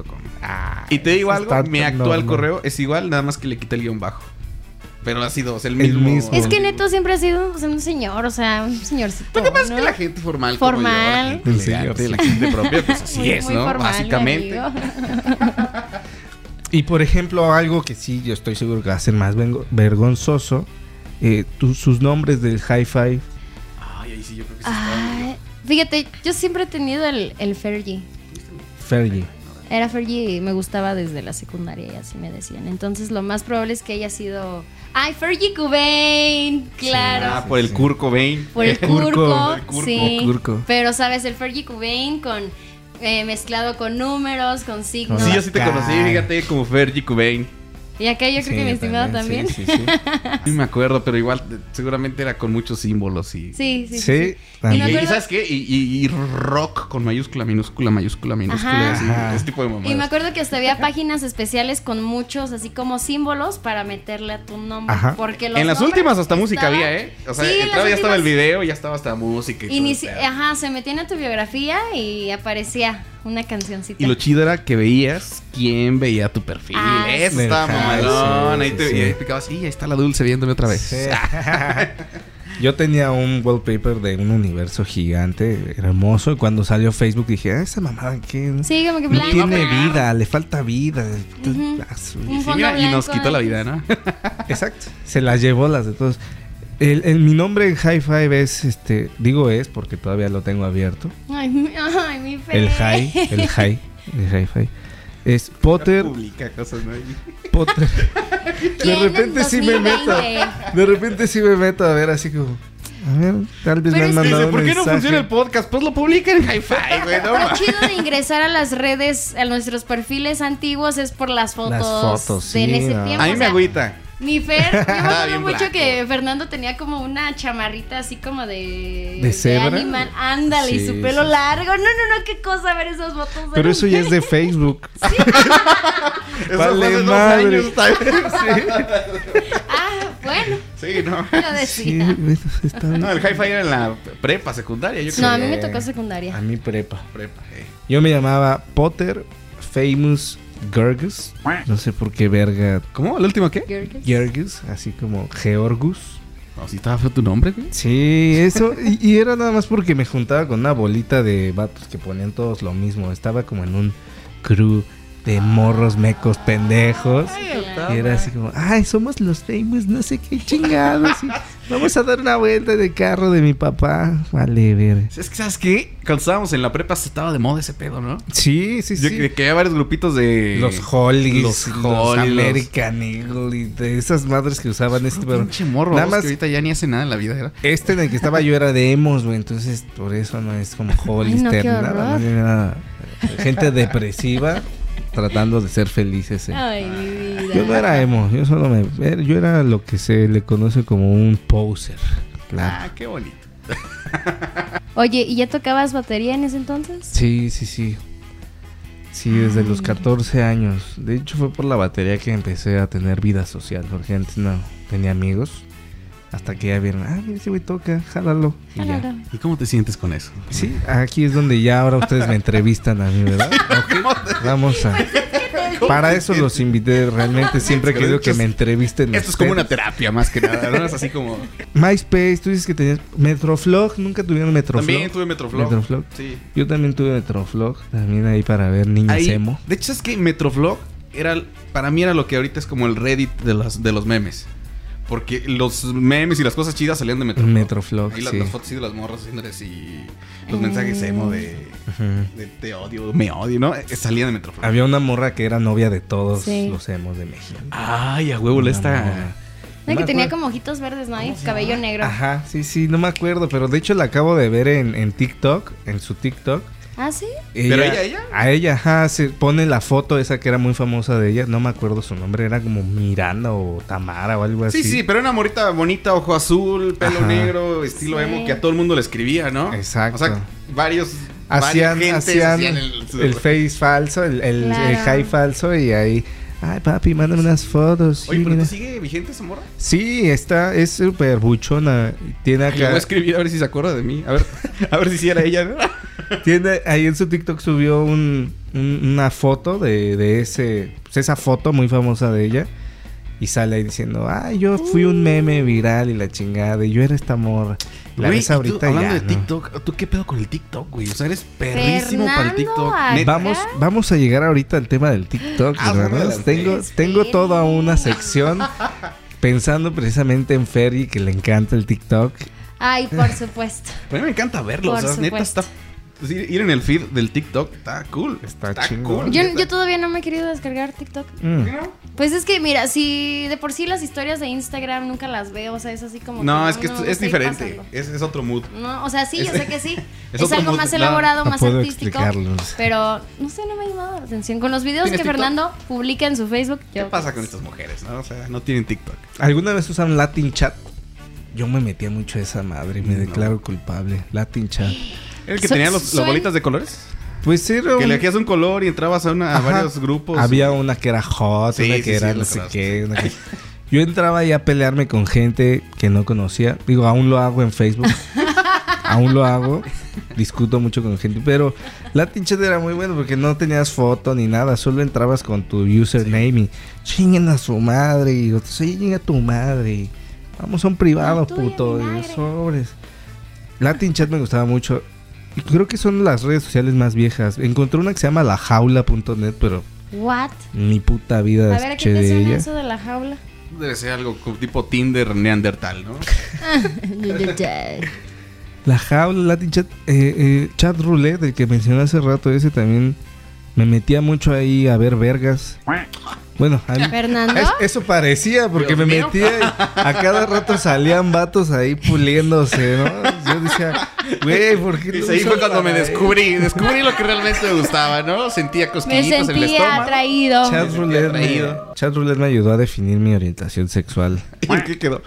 D: y te digo
A: Ah, eso
D: algo,
A: está
D: mi
A: tan
D: actual
A: normal.
D: correo es igual, nada más que le quité el guión bajo. Pero ha sido o sea, el
A: El
D: mismo.
A: mismo.
B: Es que Neto siempre ha sido pues, un- un señor, o sea, un señorcito.
D: Lo que pasa es
B: ¿no?
D: que la gente formal. como yo,
B: Formal.
D: la gente
A: Sí,
D: elegante,
A: sí.
D: la gente propia, pues así
B: Muy-
D: es,
B: muy
D: ¿no?
B: formal, mi
D: Básicamente.
B: amigo.
A: Y por ejemplo, algo que sí, yo estoy seguro que va a ser más vengo- vergonzoso, eh, tu- sus nombres del hi-fi.
D: Ay, ahí sí, yo creo que sí. está.
B: Ay, Ah, fíjate, yo siempre he tenido el, el Fergie.
A: Fergie.
B: Era Fergie y me gustaba desde la secundaria y así me decían. Entonces lo más probable es que haya sido... ¡Ay, Fergie Cubain! Claro.
D: Ah, por el
A: sí.
D: Kurt Cobain.
B: Por el
A: Curco,
B: curco,
A: el curco,
B: sí.
A: el curco.
B: Pero sabes, el Fergie Cubain con eh, mezclado con números, con signos.
D: Sí, yo sí te
A: Acá.
D: conocí, fíjate, como
B: *laughs*
D: Fergie Cobain.
B: Y acá yo creo que mi estimado también. Sí,
A: Sí, sí, sí.
D: Sí me acuerdo, pero igual eh, seguramente era con muchos símbolos
B: *laughs*
D: y...
B: sí, sí.
A: Sí,
B: sí.
A: también.
B: Y me
D: Y, y
B: acuerdo-
D: ¿sabes qué? Y, y- y rock con mayúscula, minúscula, mayúscula, minúscula.
B: Ajá.
D: así,
A: Ajá.
D: ese tipo de mamadas.
B: Y me acuerdo que hasta había páginas especiales con muchos, así como símbolos para meterle a tu nombre.
A: Ajá.
B: Porque los
D: En las
B: nombres
D: últimas hasta música
B: estaban-
D: había, ¿eh? O sea,
B: Sí, en las
D: entraba, ya estaba el
B: últimas-
D: video, ya estaba hasta música y, todo
B: Y ni
D: el
B: si-
D: pedo.
B: ajá, se metían a tu biografía y aparecía una cancioncita.
D: Y lo chido era que veías quién veía tu perfil.
B: Ah,
D: Eso
A: sí.
D: estaba
A: Ajá,
D: mamalón.
A: sí,
D: ahí
A: sí,
D: te
A: sí.
D: y ahí picabas, sí, ahí está la dulce viéndome otra vez.
A: Sí.
D: Ah,
A: pues. *laughs* Yo tenía un wallpaper de un universo gigante, hermoso, y cuando salió Facebook dije, "Ah, esa mamada que no
B: Sí, como que
A: no
B: blanco.
A: tiene vida, le falta vida.
B: Ujú.
A: Ah, su-
D: y,
B: Un
D: sí,
B: fondo
D: mira, y nos
B: blanco
D: quitó la
B: ahí.
D: vida, ¿no?
A: Exacto. Se las llevó las de todos. El, el- mi nombre en High Five es, este, digo es porque todavía lo tengo abierto.
B: Ay, mi, ay, mi fe.
A: El High, el High, el High Five. Es Potter,
D: Publica cosas, ¿no? *laughs*
A: Potter.
B: ¿Quién
A: De
B: en
A: repente sí me meto.
B: 2020?
A: De repente sí me meto a ver así como. A ver, tal vez
B: Pero
A: me han
B: es-
A: mandado
D: Dice,
A: un
D: ¿por qué no
A: mensaje".
D: funciona el podcast? Pues lo publica en Hi-Fi, güey,
B: *laughs* *laughs*
D: no
B: Lo
D: mames.
B: chido de ingresar a las redes, a nuestros perfiles antiguos, es por las fotos,
A: fotos,
B: de en
A: sí,
B: ese
A: no.
B: tiempo.
D: A mí
B: o
D: me
B: sea,
D: agüita.
B: Mi Fer,
A: *laughs*
B: yo me
D: Estaba
B: acuerdo
D: bien
B: mucho
D: blanco.
B: que Fernando tenía como una chamarrita así como de.
A: cebra?
B: animal. Ándale, y
A: Sí,
B: su pelo
A: sí, sí.
B: largo. No, no, no, qué cosa ver esas fotos.
A: Pero eso ya es de
D: *laughs*
A: Facebook.
D: Eso
A: Vale
D: fue hace dos
A: madre.
D: años, tal vez.
B: Ah, bueno,
D: *laughs* Sí, no.
A: *laughs*
B: yo
A: Sí,
B: decía.
A: está bien.
D: No, el hi-fi era en la prepa, secundaria, yo creo.
B: No, a mí me
A: Sí.
B: tocó secundaria.
A: A mi prepa.
D: Prepa, eh.
A: Yo me llamaba Potter Famous Gergus. No sé por qué verga.
D: ¿Cómo? ¿La última qué?
B: Gerges.
A: Gergus, así como Georgus.
D: No, si estaba feo tu nombre, güey.
A: Sí, eso. Y, y era nada más porque me juntaba con una bolita de vatos que ponían todos lo mismo. Estaba como en un crew de morros mecos pendejos. Y era así como, ay, somos los famous, no sé qué chingados. y vamos a dar una vuelta de carro de mi papá. Vale, ver.
D: Es que, ¿sabes qué? Cuando estábamos en la prepa se estaba de moda ese pedo, ¿no?
A: Sí, sí,
D: Yo que que había varios grupitos de...
A: Los Hollies,
D: los
A: los,
D: Hollies, los-
A: American Eagle y de esas madres que usaban este.
D: Puro
A: Pero
D: pinche morro,
A: Nada
D: vos,
A: más-
D: que ahorita ya ni hace nada en la vida, ¿verdad?
A: este en el que estaba yo era de emos, güey. Entonces, por eso no es como Hollies,
B: qué
A: nada,
B: horror.
A: no tiene nada. Gente depresiva tratando de ser felices. eh.
B: Ay, mi vida.
A: Yo no era emo, yo solo me. er- Yo era lo que se le conoce como un poser. Claro.
D: Ah, qué bonito.
B: Oye, ¿y ya tocabas batería en ese entonces?
A: Sí, sí, sí. Sí, desde los 14 años. De hecho, fue por la batería que empecé a tener vida social, porque antes no tenía amigos. Hasta que ya vieron, ah, mira, ese güey toca, jálalo. Y ya.
B: Claro.
D: ¿Y cómo te sientes con eso?
A: Sí, aquí es donde ya ahora ustedes me entrevistan a mí,
D: *laughs*
A: ¿verdad? Ok, Vamos
B: Pues,
A: a... Para eso los invité, realmente siempre he querido que me entrevisten.
D: Esto es como una
A: ustedes.
D: terapia, más que nada. No es así como...
A: MySpace, tú dices que tenías Metroflog, nunca tuvieron Metroflog.
D: También tuve Metroflog.
A: Metroflog.
D: Sí.
A: Yo también tuve Metroflog, también ahí para ver niños
D: Ahí-
A: emo.
D: de hecho, es que Metroflog era, para mí era lo que ahorita es como el Reddit de los, de los memes. Porque los memes y las cosas chidas salían de Metroflog.
A: Metroflog,
D: Ahí las,
A: sí.
D: las fotos sí de las morras haciéndoles y los mensajes emo de,
A: Ujú.
D: de te odio, me odio, ¿no? Eh, Salían de Metroflog.
A: Había una morra que era novia de todos
B: Sí.
A: los emos de México.
D: Ay, a huevo,
A: Una
D: la Ah, esta.
A: morra.
B: No, que
A: me
B: tenía
A: acuerdo.
B: como ojitos verdes, ¿no? Y cabello negro.
A: Ajá, sí, sí, no me acuerdo, pero de hecho la acabo de ver en, en TikTok, en su TikTok.
B: ¿Ah, sí?
D: ¿Pero ella, ella?
A: A ella, ajá, se pone la foto esa que era muy famosa de ella, no me acuerdo su nombre, era como Miranda o Tamara o algo así.
D: Sí, sí, pero era una morita bonita, ojo azul, pelo
A: Ajá.
D: negro, estilo
B: Sí.
D: emo, que a todo el mundo le escribía, ¿no?
A: Exacto.
D: O sea, varios.
A: Hacían,
D: varias gentes
A: hacían
D: el-
A: el, face falso, el, el, el
B: Claro.
A: high falso y ahí, ay papi, mándame unas fotos.
D: Oye,
A: sí,
D: pero
A: mira".
D: ¿te sigue vigente esa morra?
A: Sí, está, es súper buchona, tiene
D: Le voy
A: acá...
D: a escribir a ver si se acuerda de mí. A ver, *laughs* a ver si sí era ella, ¿no?
A: Tiene, ahí en su TikTok subió un- un- una foto de, de ese, pues, esa foto muy famosa de ella. Y sale ahí diciendo, ay, yo fui un meme viral y la chingada, y yo era esta morra. La
D: Güey,
A: ves
D: y tú,
A: ahorita ya,
D: hablando de
A: ¿no?
D: *laughs* TikTok, ¿tú qué pedo con el TikTok, güey? O sea, eres perrísimo para el
B: Fernando,
D: TikTok.
B: acá.
D: Neta.
A: Vamos, vamos a llegar ahorita al tema del TikTok,
D: Ah,
A: ¿verdad?
D: bueno,
A: Tengo,
B: espera.
A: tengo toda una sección pensando precisamente en Ferry que le encanta el TikTok.
B: Ay, por
A: *laughs*
B: supuesto.
D: A mí me encanta verlo,
B: Por
D: o sea, neta
B: supuesto.
D: está es decir, ir en el feed del TikTok está cool,
A: Está chingón.
B: Yo,
D: neta.
B: yo todavía no me he querido descargar TikTok.
A: Mm.
B: Pues es que, mira, si de por sí las historias de Instagram nunca las veo, o sea, es así como.
D: No, es que
B: no
D: esto-
B: me
D: es
B: gusta ir
D: diferente,
B: pasando.
D: es, es otro mood.
B: No, o sea, sí, yo
D: Es-
B: sé que sí.
D: es
B: Es,
D: otro
B: algo
D: mood,
B: más
D: no,
B: elaborado,
A: no
B: más
A: puedo
B: artístico.
A: explicarlo.
B: Pero no sé, no me ha llamado la atención. Con los videos que
D: ¿Tienes TikTok?
B: Fernando publica en su Facebook,
D: ¿Qué
B: yo- pues
D: pasa con estas mujeres? No? O sea, no tienen TikTok.
A: ¿Alguna vez usan Latin Chat? Yo me metía mucho a esa madre, me
D: No.
A: declaro culpable. Latin Chat.
D: ¿El que
B: So-
D: tenía los- las
B: soy-
D: bolitas de colores?
A: Pues era
D: Que
A: un-
D: le hacías un color y entrabas a, una- a
A: Ajá.
D: varios grupos.
A: Había una que era hot,
D: Sí,
A: una
D: sí,
A: que
D: sí,
A: era
D: lo
A: no sé
D: conozco.
A: qué.
D: *laughs*
A: una que- Yo entraba ahí a pelearme con gente que no conocía. Digo, aún lo hago en Facebook. aún lo hago. Discuto mucho con gente. Pero Latin Chat era muy bueno porque no tenías foto ni nada. Solo entrabas con tu username y chinguen a su madre. Y otros, sí, chinga a tu madre. y Vamos a un privado,
B: Ay, tú y a mi
A: puto. Y yo,
B: madre.
A: sobres. Latin Chat me gustaba mucho. Y creo que son las redes sociales más viejas. Encontré una que se llama lajaula.net, pero
B: ¿What?
A: mi puta vida
B: A ver, ¿a qué
A: escuché
B: te
A: de
B: suena
A: ella.
B: eso de la jaula?
D: Debe ser algo como tipo Tinder
A: *laughs*
D: Neandertal, ¿no?
A: La jaula, Latin Chat, eh, eh, Chat Roulette, el que mencioné hace rato, ese también Me metía mucho ahí a ver vergas. Bueno, a mí-
B: Fernando.
A: *laughs* es- eso parecía, porque
D: Dios
A: me
D: mío.
A: metía y a cada rato salían vatos ahí puliéndose, ¿no? Yo decía, güey, ¿por qué
D: Y
A: lo
D: ahí
A: usas
D: fue cuando me
A: para
D: descubrí, descubrí lo que realmente me gustaba, ¿no? Sentía
B: me
D: cosquillitas en el
B: sentía
D: estómago.
B: atraído.
A: Chat
D: Me
A: roulette,
D: sentía atraído.
A: me, Chat Roulette me ayudó a definir mi orientación sexual. *laughs*
D: ¿Y en qué quedó?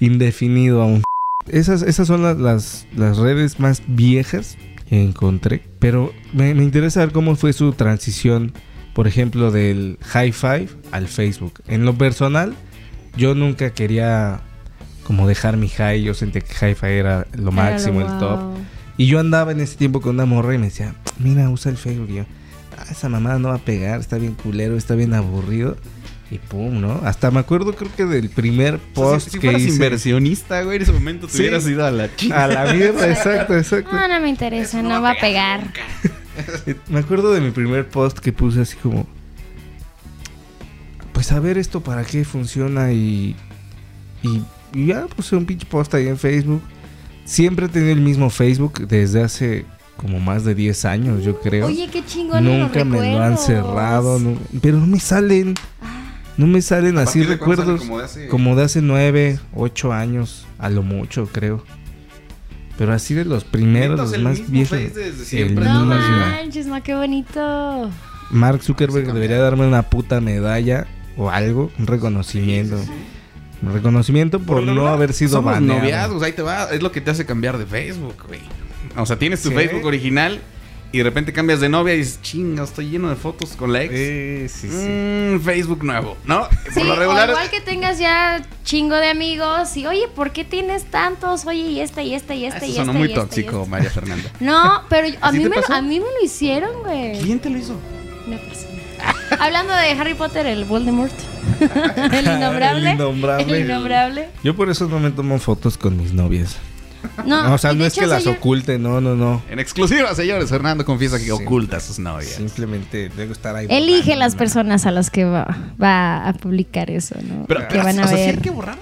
A: Indefinido aún. *laughs* Esas, esas son las, las, las redes más viejas que encontré. Pero me, me interesa ver cómo fue su transición, por ejemplo, del High Five al Facebook. En lo personal, yo nunca quería como dejar mi high. Yo sentía que High Five era lo máximo, el top. Y yo andaba en ese tiempo con una morra y me decía, mira, usa el Facebook. Y yo, "Ah, esa mamada no va a pegar, está bien culero, está bien aburrido. Y pum, ¿no? Hasta me acuerdo creo que del primer
D: O sea,
A: post
D: si, si
A: que
D: fueras
A: hice.
D: inversionista, güey, en ese momento
A: Pues
D: te
A: Sí. Ah,
D: hubieras ido a la chica.
A: A
B: *laughs*
A: la mierda, exacto, exacto.
B: Ah, No, no me interesa, no va a pegar.
A: Me acuerdo de mi primer post que puse así como, pues a ver esto para qué funciona y, y, y ya puse un pinche post ahí en Facebook. Siempre he tenido el mismo Facebook desde hace como más de 10 años, yo creo.
B: Oye, qué chingón los
A: Nunca me lo han
B: recuerdos. Ah.
A: cerrado, nu- pero no me salen, no me salen así
D: partir de cuándo
A: recuerdos
D: sale?
A: como
D: Como
A: de,
D: de
A: hace...
D: hace-
A: 9, 8 años, a lo mucho creo. Pero así de los primeros,
D: Neta, es
A: los
D: el
A: más
D: mismo
A: viejos.
D: Face desde
A: el
D: siempre,
B: No
A: mismo,
D: Nunca.
B: manches, ma, qué bonito.
A: sí. Mark Zuckerberg debería darme una puta medalla o algo, un reconocimiento. Un reconocimiento por,
D: lo
A: no
D: regular,
A: haber sido
D: somos
A: baneado.
D: noviazgos, ahí te va. Es lo que te hace cambiar de Facebook, güey. O sea, tienes tu
A: Sí.
D: Facebook original y de repente cambias de novia y dices, chinga, estoy lleno de fotos con la ex.
A: Eh, sí, sí.
D: Mm, Facebook nuevo, ¿no?
B: Sí, o igual que tengas ya chingo de amigos y oye, ¿por qué tienes tantos? Oye, y este, y este, y
D: Ah,
B: este,
D: Eso
B: y este.
D: sonó
B: y
D: muy
B: este, y
D: tóxico,
B: este.
D: María Fernanda.
B: No,
D: *laughs*
B: pero yo- a,
D: ¿Así
B: mí
D: te
B: me, lo-
D: pasó?
B: a mí me lo hicieron, güey.
D: ¿Quién te lo hizo?
B: Una persona. Hablando de Harry Potter, el
D: *laughs*
B: Voldemort. *laughs* el innombrable.
A: El innombrable.
B: El innombrable.
A: Yo por eso no me tomo fotos con mis novias.
B: No,
A: o sea,
B: y de
A: no es
B: hecho,
A: que
B: o
A: las
B: sea, yo-
A: oculte, no, no, no.
D: En exclusiva, señores. Fernando confiesa que
A: Sí.
D: oculta a sus novias.
A: Simplemente debe estar ahí.
B: Elige
A: borrando,
B: las
A: ¿no?
B: personas a las que va, va a publicar eso, ¿no?
D: Pero,
B: que van a
D: o sea, ¿sí
B: ver.
D: hay que borrar?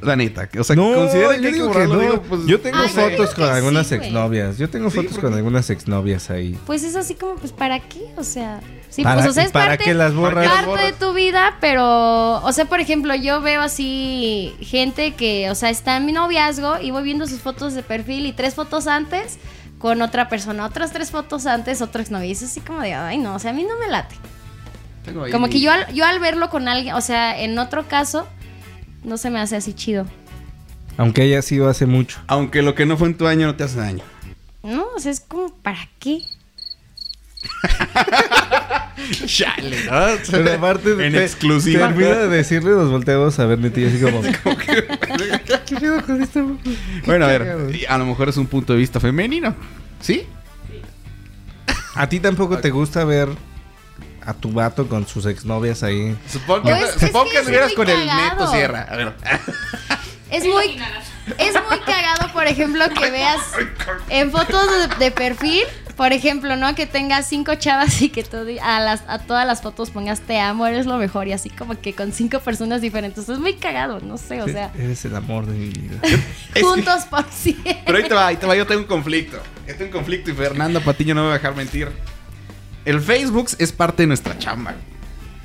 D: La neta. O sea,
A: no,
D: considera
A: yo
D: que hay que
A: digo
D: borrarlo.
A: no.
D: digo, pues,
A: yo tengo
B: Ay,
D: no sé.
A: fotos
B: creo
A: con
B: que
A: algunas
B: sí, güey.
A: exnovias. Yo tengo
D: Sí,
A: fotos
D: porque-
A: con algunas exnovias ahí.
B: Pues es así como, pues, ¿para qué? O sea, sí,
A: para
B: pues, o sea, es
A: para
B: parte,
A: que las borras.
D: las
B: parte
D: borras?
B: de tu vida, pero, o sea, por ejemplo, yo veo así gente que, o sea, está en mi noviazgo y voy viendo sus fotos de perfil y tres fotos antes con otra persona, otras tres fotos antes, otro exnovio. Y es así como de, ay, no, o sea, a mí no me late.
D: Tengo ahí
B: Como
D: mi-
B: que yo al, yo al verlo con alguien, o sea, en otro caso, no se me hace así chido.
A: Aunque haya sido hace mucho.
D: Aunque lo que no fue en tu año no te hace daño.
B: No, o sea, es como, ¿para qué?
D: *laughs* Chale, ¿no?
A: *laughs* Pero aparte
D: en
A: te-
D: exclusiva.
A: Termina de decirle, nos volteamos a ver, neta, y así
D: *laughs*
A: como. ¿Qué pedo con esta mujer?
D: bueno, a
A: cagado.
D: ver. y A lo mejor es un punto de vista femenino. ¿Sí?
A: A ti tampoco te gusta ver a tu vato con sus exnovias ahí.
D: Supongo que,
B: Pues, es
D: supongo
B: que
D: que
B: es
D: anduvieras
B: muy
D: con el
B: cagado.
D: neto Sierra.
B: *laughs*
D: A ver.
B: Es muy, es muy cagado, por ejemplo, que veas en fotos de, de perfil, por ejemplo, ¿no? Que tengas cinco chavas y que todo- a, las, a todas las fotos pongas te amo, eres lo mejor y así como que con cinco personas diferentes. Es muy cagado, no sé, o sea,
A: Eres el amor de mi *laughs* vida.
D: que-
B: juntos *laughs* por siempre.
D: Pero ahí te va, ahí te va, yo tengo un conflicto. Yo tengo un conflicto y Fernanda Patiño no me va a dejar mentir. El Facebook es parte de nuestra chamba. güey.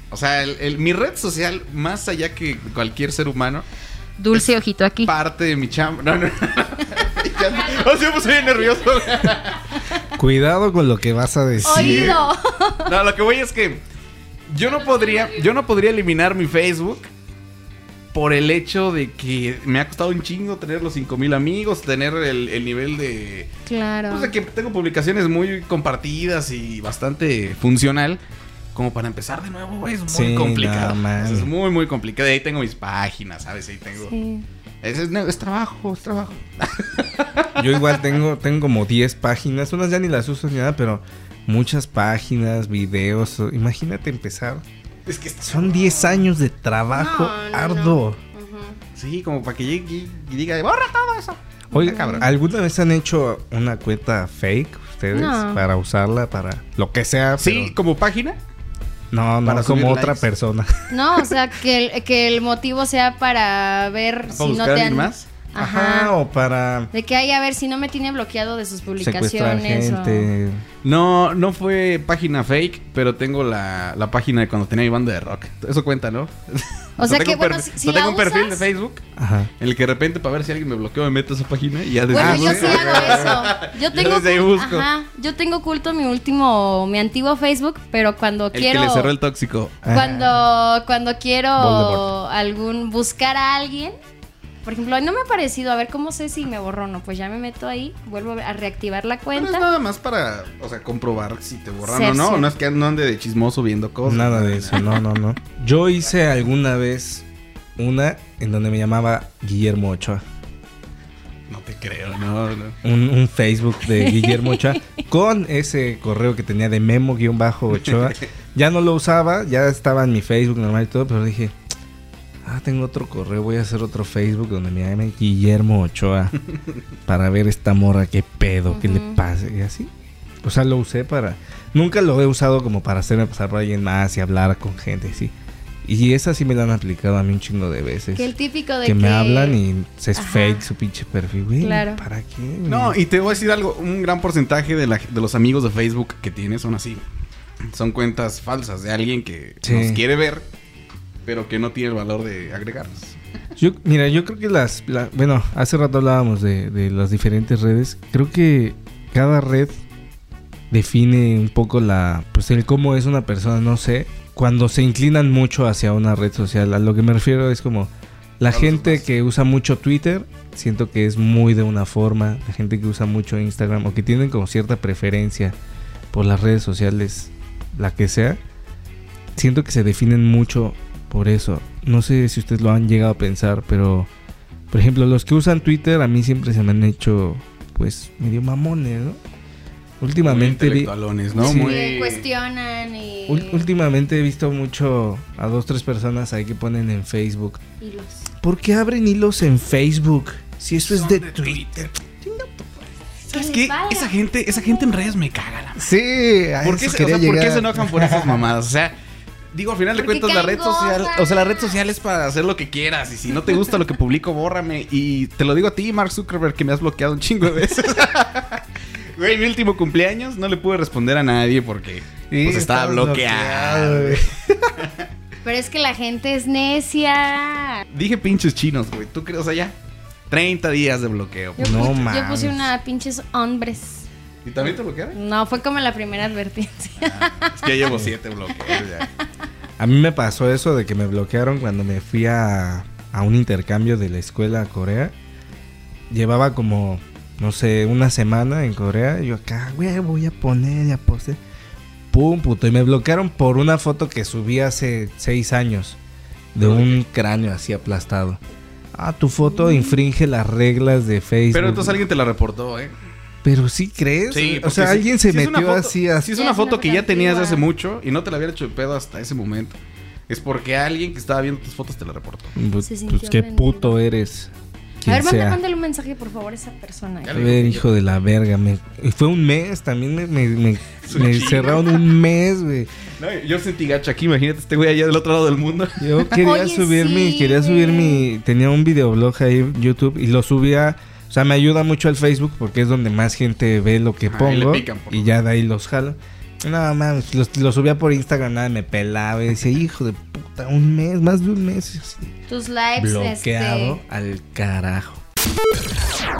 D: O sea, el- el- mi red social, más allá que cualquier ser humano,
B: Dulce ojito aquí.
D: parte de mi chamba. No, *laughs* no, no. Ya- o sea, pues soy nervioso.
A: Cuidado con lo que vas a decir.
B: Oído.
D: No, lo que voy es que yo no podría, yo no podría eliminar mi Facebook por el hecho de que me ha costado un chingo tener los 5000 amigos, tener el, el nivel de
B: Claro.
D: Pues de que tengo publicaciones muy compartidas y bastante funcional. Como para empezar de nuevo, güey, es muy
A: Sí,
D: complicado.
A: no, man.
D: es muy, muy complicado. Ahí tengo mis páginas, ¿sabes? Ahí tengo.
B: Sí.
D: Es, es- no, es trabajo, es trabajo.
A: Yo igual tengo, tengo como 10 páginas. Unas ya ni las uso ni nada, pero muchas páginas, videos. o- Imagínate empezar.
D: Es que está-
A: Son 10 años de trabajo
B: No, no, no.
A: arduo.
B: Ujú.
D: Sí, como para que llegue y, y diga, borra todo eso.
A: Oye,
D: cabrón.
A: ¿alguna vez han hecho una cuenta fake ustedes
B: No.
A: para usarla para lo que sea?
D: Sí,
A: pero-
D: como página.
A: no, no,
D: para
A: como
D: subir
A: otra
D: likes.
A: persona.
B: No, o sea, que el, que el motivo sea para ver
D: ¿Para
B: si no
D: buscar
B: te
D: a alguien
B: han...
D: más?
A: Ajá,
B: *laughs* Ajá.
A: o para
B: De que hay, a ver, si no me tiene bloqueado de sus
A: secuestrar
B: publicaciones. o-
A: gente.
D: No, no fue página fake, pero tengo la, la página de cuando tenía mi banda de rock. Eso cuenta, ¿no?
B: O sea
D: tengo
B: que,
D: un per-
B: bueno, si- si
D: no
B: la
D: tengo un perfil de
B: usas-
D: Facebook
A: Ajá.
D: en el que de repente para ver si alguien me bloqueó me meto a esa página y ya desde
B: Bueno,
D: ahí
B: yo sí
D: busco. *laughs*
B: hago eso. Yo
D: Ah, Yo
B: tengo,
D: desde ahí
B: cul-
D: busco.
B: Ajá, yo tengo oculto mi último, mi antiguo Facebook, pero cuando
D: El
B: quiero. Ah.
D: que le cerró el tóxico.
B: Cuando, cuando quiero
D: Voldemort.
B: algún buscar a alguien, por ejemplo, no me ha aparecido, a ver cómo sé si me borró o no, pues ya me meto ahí, vuelvo a reactivar la
D: Pero es
B: cuenta.
D: nada más para, o sea, comprobar si te borraron o
B: Cercio.
D: no. No es que no ande de chismoso viendo cosas.
A: Nada de eso, no, no, no. Yo hice alguna vez una en donde me llamaba Guillermo Ochoa.
D: No te creo, no, no.
A: Un, un Facebook de Guillermo Ochoa *laughs* con ese correo que tenía de memo-ochoa. Ya no lo usaba, ya estaba en mi Facebook normal y todo, pero dije, ah, tengo otro correo, voy a hacer otro Facebook donde me llame Guillermo Ochoa para ver esta morra, qué pedo, qué le
B: Ujú.
A: pase y así. O sea, lo usé para... Nunca lo he usado como para hacerme pasar por alguien más y hablar con gente, sí. Y esa sí me la han aplicado a mí un chingo de veces.
B: Que el típico de
A: que,
B: que.
A: me hablan y se es
B: Ajá.
A: fake su pinche perfil, güey.
B: Claro.
A: ¿Para qué? Mm.
D: No, y te voy a decir algo, un gran porcentaje de, la- de los amigos de Facebook que tienes son así. Son cuentas falsas de alguien que
A: Sí.
D: nos quiere ver, pero que no tiene el valor de agregarnos.
A: Yo, mira, yo creo que las... la- bueno, hace rato hablábamos de, de las diferentes redes. Creo que cada red define un poco la... Pues el cómo es una persona, no sé. Cuando se inclinan mucho hacia una red social. A lo que me refiero es como... La
D: Hablas
A: gente
D: más.
A: que usa mucho Twitter, siento que es muy de una forma. La gente que usa mucho Instagram o que tienen como cierta preferencia por las redes sociales, la que sea, siento que se definen mucho por eso. No sé si ustedes lo han llegado a pensar, pero por ejemplo, los que usan Twitter a mí siempre se me han hecho pues medio mamones, ¿no? Últimamente
D: Muy
A: vi-
D: intelectualones, ¿no?
A: Sí.
B: y
D: Muy...
B: que cuestionan y.
A: ul- últimamente he visto mucho a dos tres personas ahí que ponen en Facebook.
B: y los-
A: ¿Por qué abren hilos en Facebook? Si eso es
D: Son
A: de,
D: de
A: Twitter.
D: ¿Sabes
B: Que
D: qué?
B: les valga.
D: Esa gente, esa gente en redes me caga la
A: Sí, a
D: ¿Por qué,
A: eso
D: se, o sea,
A: quería
D: ¿Por qué
A: llegar.
D: se enojan por esas mamadas? O sea, digo, al final de
B: Porque
D: cuentas, la red
B: caen
D: social.
B: gordas.
D: O sea, la red social es para hacer lo que quieras. Y si no te gusta lo que publico, bórrame. Y te lo digo a ti, Mark Zuckerberg, que me has bloqueado un chingo de veces. *laughs* Güey, mi último cumpleaños no le pude responder a nadie porque
A: Sí,
D: pues, estaba
A: estabas
D: bloqueado.
A: güey.
B: Pero es que la gente es necia.
D: Dije pinches chinos, güey. ¿Tú crees? O sea, ya. 30 días de bloqueo.
B: Yo,
A: No
B: puse- yo
A: mames.
B: puse una pinches hombres.
D: ¿Y también te bloquearon?
B: No, fue como la primera advertencia.
D: Es que ya llevo 7 bloqueos.
A: *laughs*
D: ya.
A: A mí me pasó eso de que me bloquearon cuando me fui a, a un intercambio de la escuela a Corea. Llevaba como, no sé, una semana en Corea. Y yo acá, güey, voy a poner y a postear. Pum, puto. Y me bloquearon por una foto que subí hace seis años. De un cráneo así aplastado. Ah, tu foto infringe las reglas de Facebook.
D: Mm. Pero entonces alguien te la reportó, ¿eh?
A: Pero sí crees. o
D: porque
A: sea,
D: si-
A: alguien se
D: si es una
A: metió
D: foto-
A: así a...
D: Si es
B: Ya
D: una
B: es una
D: foto que
B: foto
D: ya tenías de hace
B: antigua.
D: mucho y no te la hubiera hecho de pedo hasta ese momento, es porque alguien que estaba viendo tus fotos te la reportó.
A: Pues,
B: Se
A: pues
B: sintió
A: qué
B: ofendido.
A: puto eres.
B: A
A: quien
B: ver, manda-
A: sea.
B: mándale un mensaje, por favor, a esa persona.
D: Ya
A: A
D: le
A: ver,
D: digo.
A: hijo de la verga. Me, y fue un mes, también me, me, me-
D: Su
A: me
D: chinga.
A: cerraron un mes, güey.
D: No, yo sentí gacho aquí, imagínate este güey allá del otro lado del mundo.
B: *laughs*
A: Yo quería
B: Oye,
A: subir mi,
B: sí,
A: quería
B: güey.
A: subir mi, tenía un videoblog ahí en YouTube y lo subía, o sea, me ayuda mucho el Facebook porque es donde más gente ve lo que
D: Ajá, y le
A: pongo
D: pican por
A: y
D: lo
A: ya de ahí los jalo. No, mames, los- lo subía por Instagram, nada, me pelaba y decía, hijo de puta, un mes, más de un mes. así.
B: Tus lives,
A: bloqueado
B: este.
A: al carajo.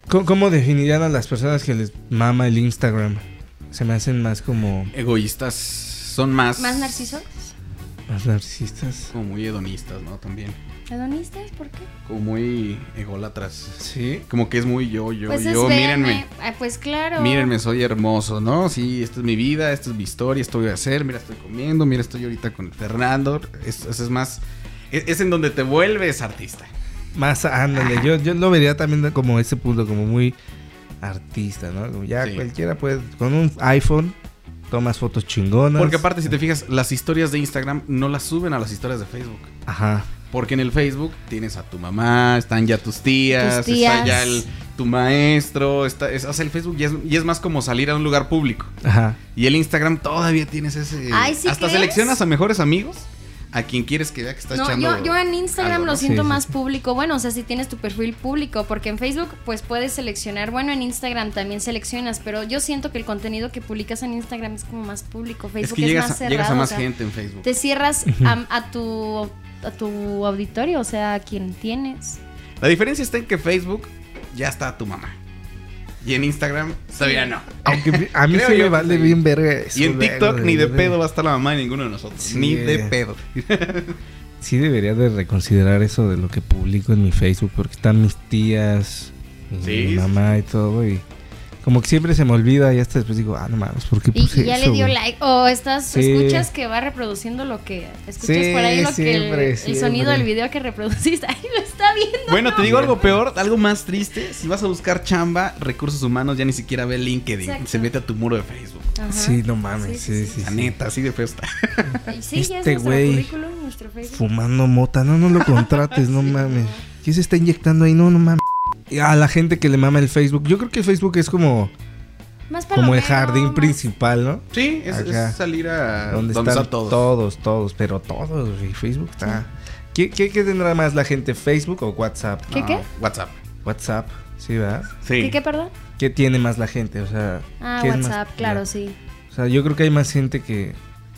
A: ¿Cómo, cómo definirían a las personas que les mama el Instagram? Se me hacen más como
D: *laughs* Egoístas son más.
B: ¿Más narcisos?
A: más narcisistas.
D: Como muy hedonistas, ¿no? También.
B: ¿Adonistas? ¿Por qué?
D: Como muy egolatras.
A: Sí.
D: Como que es muy yo, yo,
B: pues
D: yo.
B: espérame.
D: Mírenme.
B: Ah, pues claro.
D: Mírenme, soy hermoso, ¿no? Sí, esta es mi vida, esta es mi historia, esto voy a hacer, mira, estoy comiendo, mira, estoy ahorita con Fernando. Eso es más. Es, es en donde te vuelves artista.
A: Más, ándale, yo, yo lo vería también como ese punto, como muy artista, ¿no? Como ya
D: Sí.
A: cualquiera puede, con un iPhone tomas fotos chingonas.
D: Porque aparte, si te fijas, las historias de Instagram no las suben a las historias de Facebook.
A: Ajá.
D: Porque en el Facebook tienes a tu mamá, están ya tus tías,
B: Tus tías.
D: está ya el- tu maestro. Está, es, o sea, el Facebook ya es, y es más como salir a un lugar público.
A: Ajá.
D: Y el Instagram todavía tienes ese...
B: Ay, ¿sí
D: hasta
B: crees?
D: seleccionas a mejores amigos a quien quieres que vea que estás
B: No,
D: echando.
B: yo, yo en Instagram
D: algo, ¿no?
B: lo siento
A: Sí, sí,
B: más
A: sí.
B: público. Bueno, o sea, si tienes tu perfil público, porque en Facebook pues puedes seleccionar. Bueno, en Instagram también seleccionas, pero yo siento que el contenido que publicas en Instagram es como más público. Facebook
D: es
B: es,
D: que llegas,
B: más
D: a,
B: cerrado.
D: llegas a
B: o
D: más
B: sea,
D: gente en Facebook.
B: Te cierras a, a tu a tu auditorio, o sea, a quien tienes.
D: La diferencia está en que Facebook ya está tu mamá. Y en Instagram todavía no.
A: Aunque a mí
D: Creo
A: sí
D: yo
A: me
D: que
A: vale
D: sí.
A: bien verga eso.
D: Y en
A: luego,
D: TikTok ni de pedo va a estar la mamá de ninguno de nosotros. Ni de pedo.
A: *laughs* Sí debería de reconsiderar eso de lo que publico en mi Facebook porque están mis tías, mi
D: Sí, sí,
A: mamá y todo y como que siempre se me olvida y hasta después digo, ah, no mames, ¿por qué
B: Y,
A: puse
B: y ya
A: eso,
B: le dio
A: güey?
B: like. O estás,
A: Sí.
B: escuchas que va reproduciendo lo que. Escuchas
A: Sí,
B: por ahí lo
A: siempre,
B: que. El,
A: siempre.
B: el sonido del video que reproduciste. *laughs* Ahí lo está viendo.
D: Bueno, te digo algo peor, algo más triste. Si vas a buscar chamba, recursos humanos, ya ni siquiera ve LinkedIn.
B: Exacto.
D: Se mete a tu muro de Facebook.
B: Ajá.
A: Sí, no mames, sí, sí,
D: La
A: sí.
D: neta, así de feo está.
B: Y Sí, ya es
A: Este
B: nuestro
A: güey.
B: currículum, nuestro Facebook.
A: Fumando mota, no, no
B: *laughs*
A: lo contrates, no mames. ¿Quién se está inyectando ahí? No, no mames. Y a la gente que le mama el Facebook, yo creo que Facebook es como,
B: Más
A: como el
B: palomero,
A: jardín
B: más-
A: principal, ¿no?
D: Sí, es,
A: Acá.
D: es salir
A: donde,
D: a Ah, donde,
A: están
D: está todo.
A: todos, todos, pero todos, güey. Facebook está. ¿Qué, qué, qué tendrá más la gente? ¿Facebook o Ah, WhatsApp?
B: ¿Qué,
D: No,
B: qué?
D: WhatsApp.
A: WhatsApp, sí, ¿verdad?
D: Sí.
B: ¿Qué, qué, perdón?
A: ¿Qué tiene más la gente? O sea,
B: Ah,
A: ¿qué es más
B: WhatsApp,
A: popular?
B: claro, sí.
A: O sea, yo creo que hay más gente que.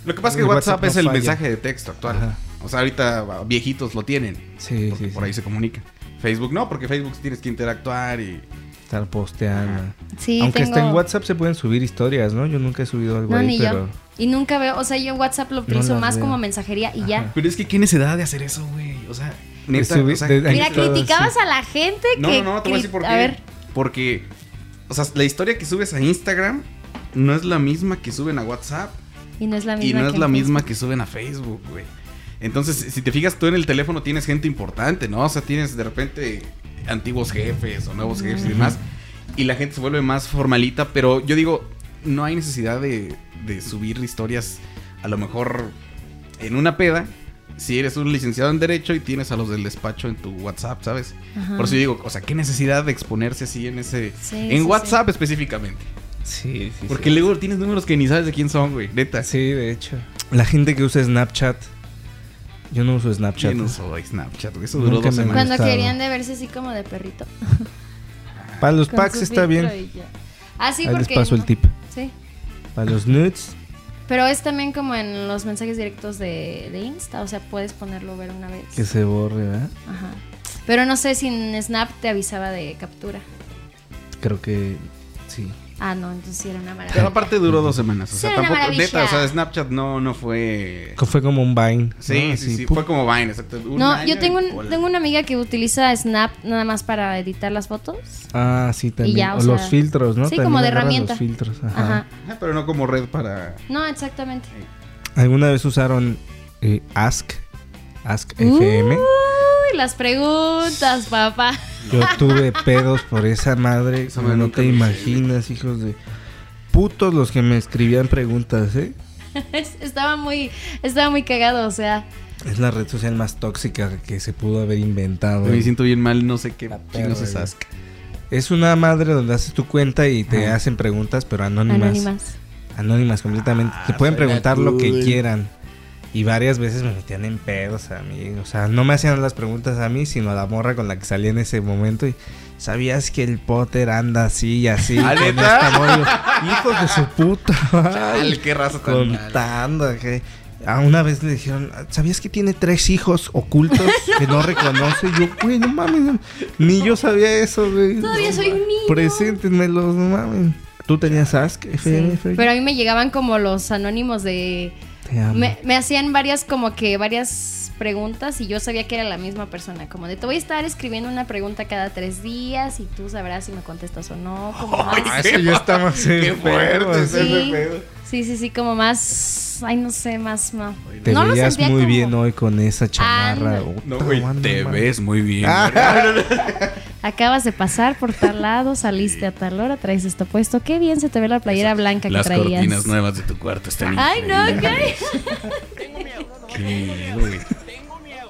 D: Lo que pasa es que
A: El WhatsApp
D: WhatsApp,
A: no
D: es el
A: falla.
D: mensaje de texto actual.
A: Ajá.
D: O sea, ahorita viejitos lo tienen.
A: Sí,
D: porque
A: sí,
D: por ahí
A: sí,
D: se comunica. Facebook no, porque Facebook tienes que interactuar y.
A: estar posteando.
B: Sí,
A: Aunque
B: tengo...
A: hasta en WhatsApp se pueden subir historias, ¿no? Yo nunca he subido algo
B: No,
A: ahí,
B: ni
A: pero.
B: yo. Y nunca veo, o sea, yo en WhatsApp lo utilizo
A: las
B: más
A: veo.
B: como mensajería y ya.
A: Ajá.
D: Pero es que qué necesidad de hacer eso, güey. O sea, neta.
A: subir-
D: o sea,
A: de-
D: ¿qué-
B: Mira,
A: Ahí todo,
B: criticabas
A: sí.
B: a la gente
D: No,
B: que.
D: no, no, te voy a decir
B: cri-
D: por qué.
B: ver,
D: Porque, o sea, la historia que subes a Instagram no es la misma que suben a WhatsApp
B: y no es la
D: y
B: misma.
D: no es
B: que
D: la
B: en
D: misma que suben a Facebook, güey. Entonces, si te fijas, tú en el teléfono tienes gente importante, ¿no? O sea, tienes de repente antiguos jefes o nuevos jefes y demás. Y la gente se vuelve más formalita, pero yo digo, no hay necesidad de, de subir historias a lo mejor en una peda. Si eres un licenciado en Derecho y tienes a los del despacho en tu WhatsApp, ¿sabes?
B: Ajá.
D: Por eso yo digo, o sea, qué necesidad de exponerse así en ese...
B: Sí, sí,
D: en
B: sí.
D: WhatsApp específicamente.
A: Sí, sí.
D: Porque luego tienes números que ni sabes de quién son, güey. Neta.
A: Sí, de hecho. La gente que usa Snapchat. Yo no uso Snapchat.
D: Yo no soy Snapchat, güey. Eso duró
A: Nunca
D: dos
A: me
D: semanas.
B: Cuando
A: Estado.
B: querían de verse así como de perrito.
A: Para los
B: con
A: packs
B: su
A: está bien.
B: filtro y ya. Ah, sí,
A: ahí les
B: porque.
A: paso el
B: no-
A: tip.
B: Sí.
A: Para los nudes.
B: Pero es también como en los mensajes directos de, de Insta, o sea, puedes ponerlo ver una vez.
A: Que se borre, ¿verdad?
B: Ajá. Pero no sé si en Snap te avisaba de captura.
A: Creo que sí.
B: Ah, no, entonces sí era una
D: Pero
B: maravilla.
D: aparte duró dos semanas. O sea,
B: Sí, una
D: tampoco.
B: maravilla.
D: Neta, o sea, Snapchat no, no fue.
A: Co- Fue como un Vine.
D: Sí,
A: ¿no?
D: sí,
A: Así,
D: sí.
A: ¡pum!
D: Fue como Vine, exacto. Un
B: No,
D: año
B: yo tengo,
D: y
B: un-
D: hola.
B: tengo una amiga que utiliza Snap nada más para editar las fotos.
A: Ah, sí, también.
B: ya,
A: o
B: o sea,
A: los filtros, ¿no?
B: sí,
A: También
B: como de
A: agarran
B: herramienta.
A: Los filtros,
B: Ajá.
A: ajá.
D: Ajá, Ah, Pero no como red para.
B: No, exactamente.
A: ¿Alguna vez usaron eh, Ask? Ask
B: Uh.
A: FM.
B: Uy, las preguntas, papá. *laughs*
A: Yo tuve pedos por esa madre.
D: Esa madre
A: no
D: nunca
A: te
D: lo hice.
A: imaginas, hijos de putos los que me escribían preguntas, ¿eh?
B: Es- estaba muy estaba muy cagado, o sea,
A: Es la red social más tóxica que se pudo haber inventado.
D: Me siento bien mal, no sé qué
A: La perra,
D: chingados es
A: güey.
D: Ask.
A: Es una madre donde haces tu cuenta y te
D: Ajá.
A: hacen preguntas, pero anónimas. Anónimas,
B: anónimas.
A: completamente.
D: Ah,
A: te pueden
D: suena
A: preguntar lo que
D: cool.
A: quieran. Y varias veces me metían en pedos a mí. O sea, no me hacían las preguntas a mí, sino a la morra con la que salía en ese momento. Y sabías que el Potter anda así y así.
D: ¿Ah,
A: con
D: neta?
A: esta morra?" Y yo, Hijos de su puta.
D: *laughs* Al
A: madre".
D: qué raza tan mal.
A: contando que a una vez le dijeron, ¿sabías que tiene tres hijos ocultos que no reconoce? Y Yo, güey, no mames, ni yo sabía eso, güey.
B: Todavía soy un niño.
A: Preséntenmelos, no mames. Tú tenías Ask, FM,
B: Sí. Pero a mí me llegaban como los anónimos de
A: Te amo.
B: Me, me hacían varias como que varias preguntas y yo sabía que era la misma persona, como de te voy a estar escribiendo una pregunta cada tres días y tú sabrás si me contestas o no. Como
A: Ah,
B: más,
A: eso ya está más
D: *laughs* Qué
A: enfermo,
D: fuerte es
A: así.
D: ese
B: Sí.
D: pedo.
B: sí, sí, sí, como más, ay no sé, más no.
A: Te
B: no lo
A: veías
B: sentía
A: muy
B: como-
A: bien hoy con esa chamarra.
B: Ah, no.
A: Puta,
D: No, güey,
A: mano,
D: te
A: mano.
D: ves muy bien.
A: Ah.
B: Acabas de pasar por tal lado, saliste a tal hora, traes esto puesto, qué bien se te ve la playera blanca
D: Las
B: que traías.
D: cortinas nuevas de tu cuarto están
B: Ay no,
D: increíbles.
B: ¿qué?
D: Qué miedo, güey.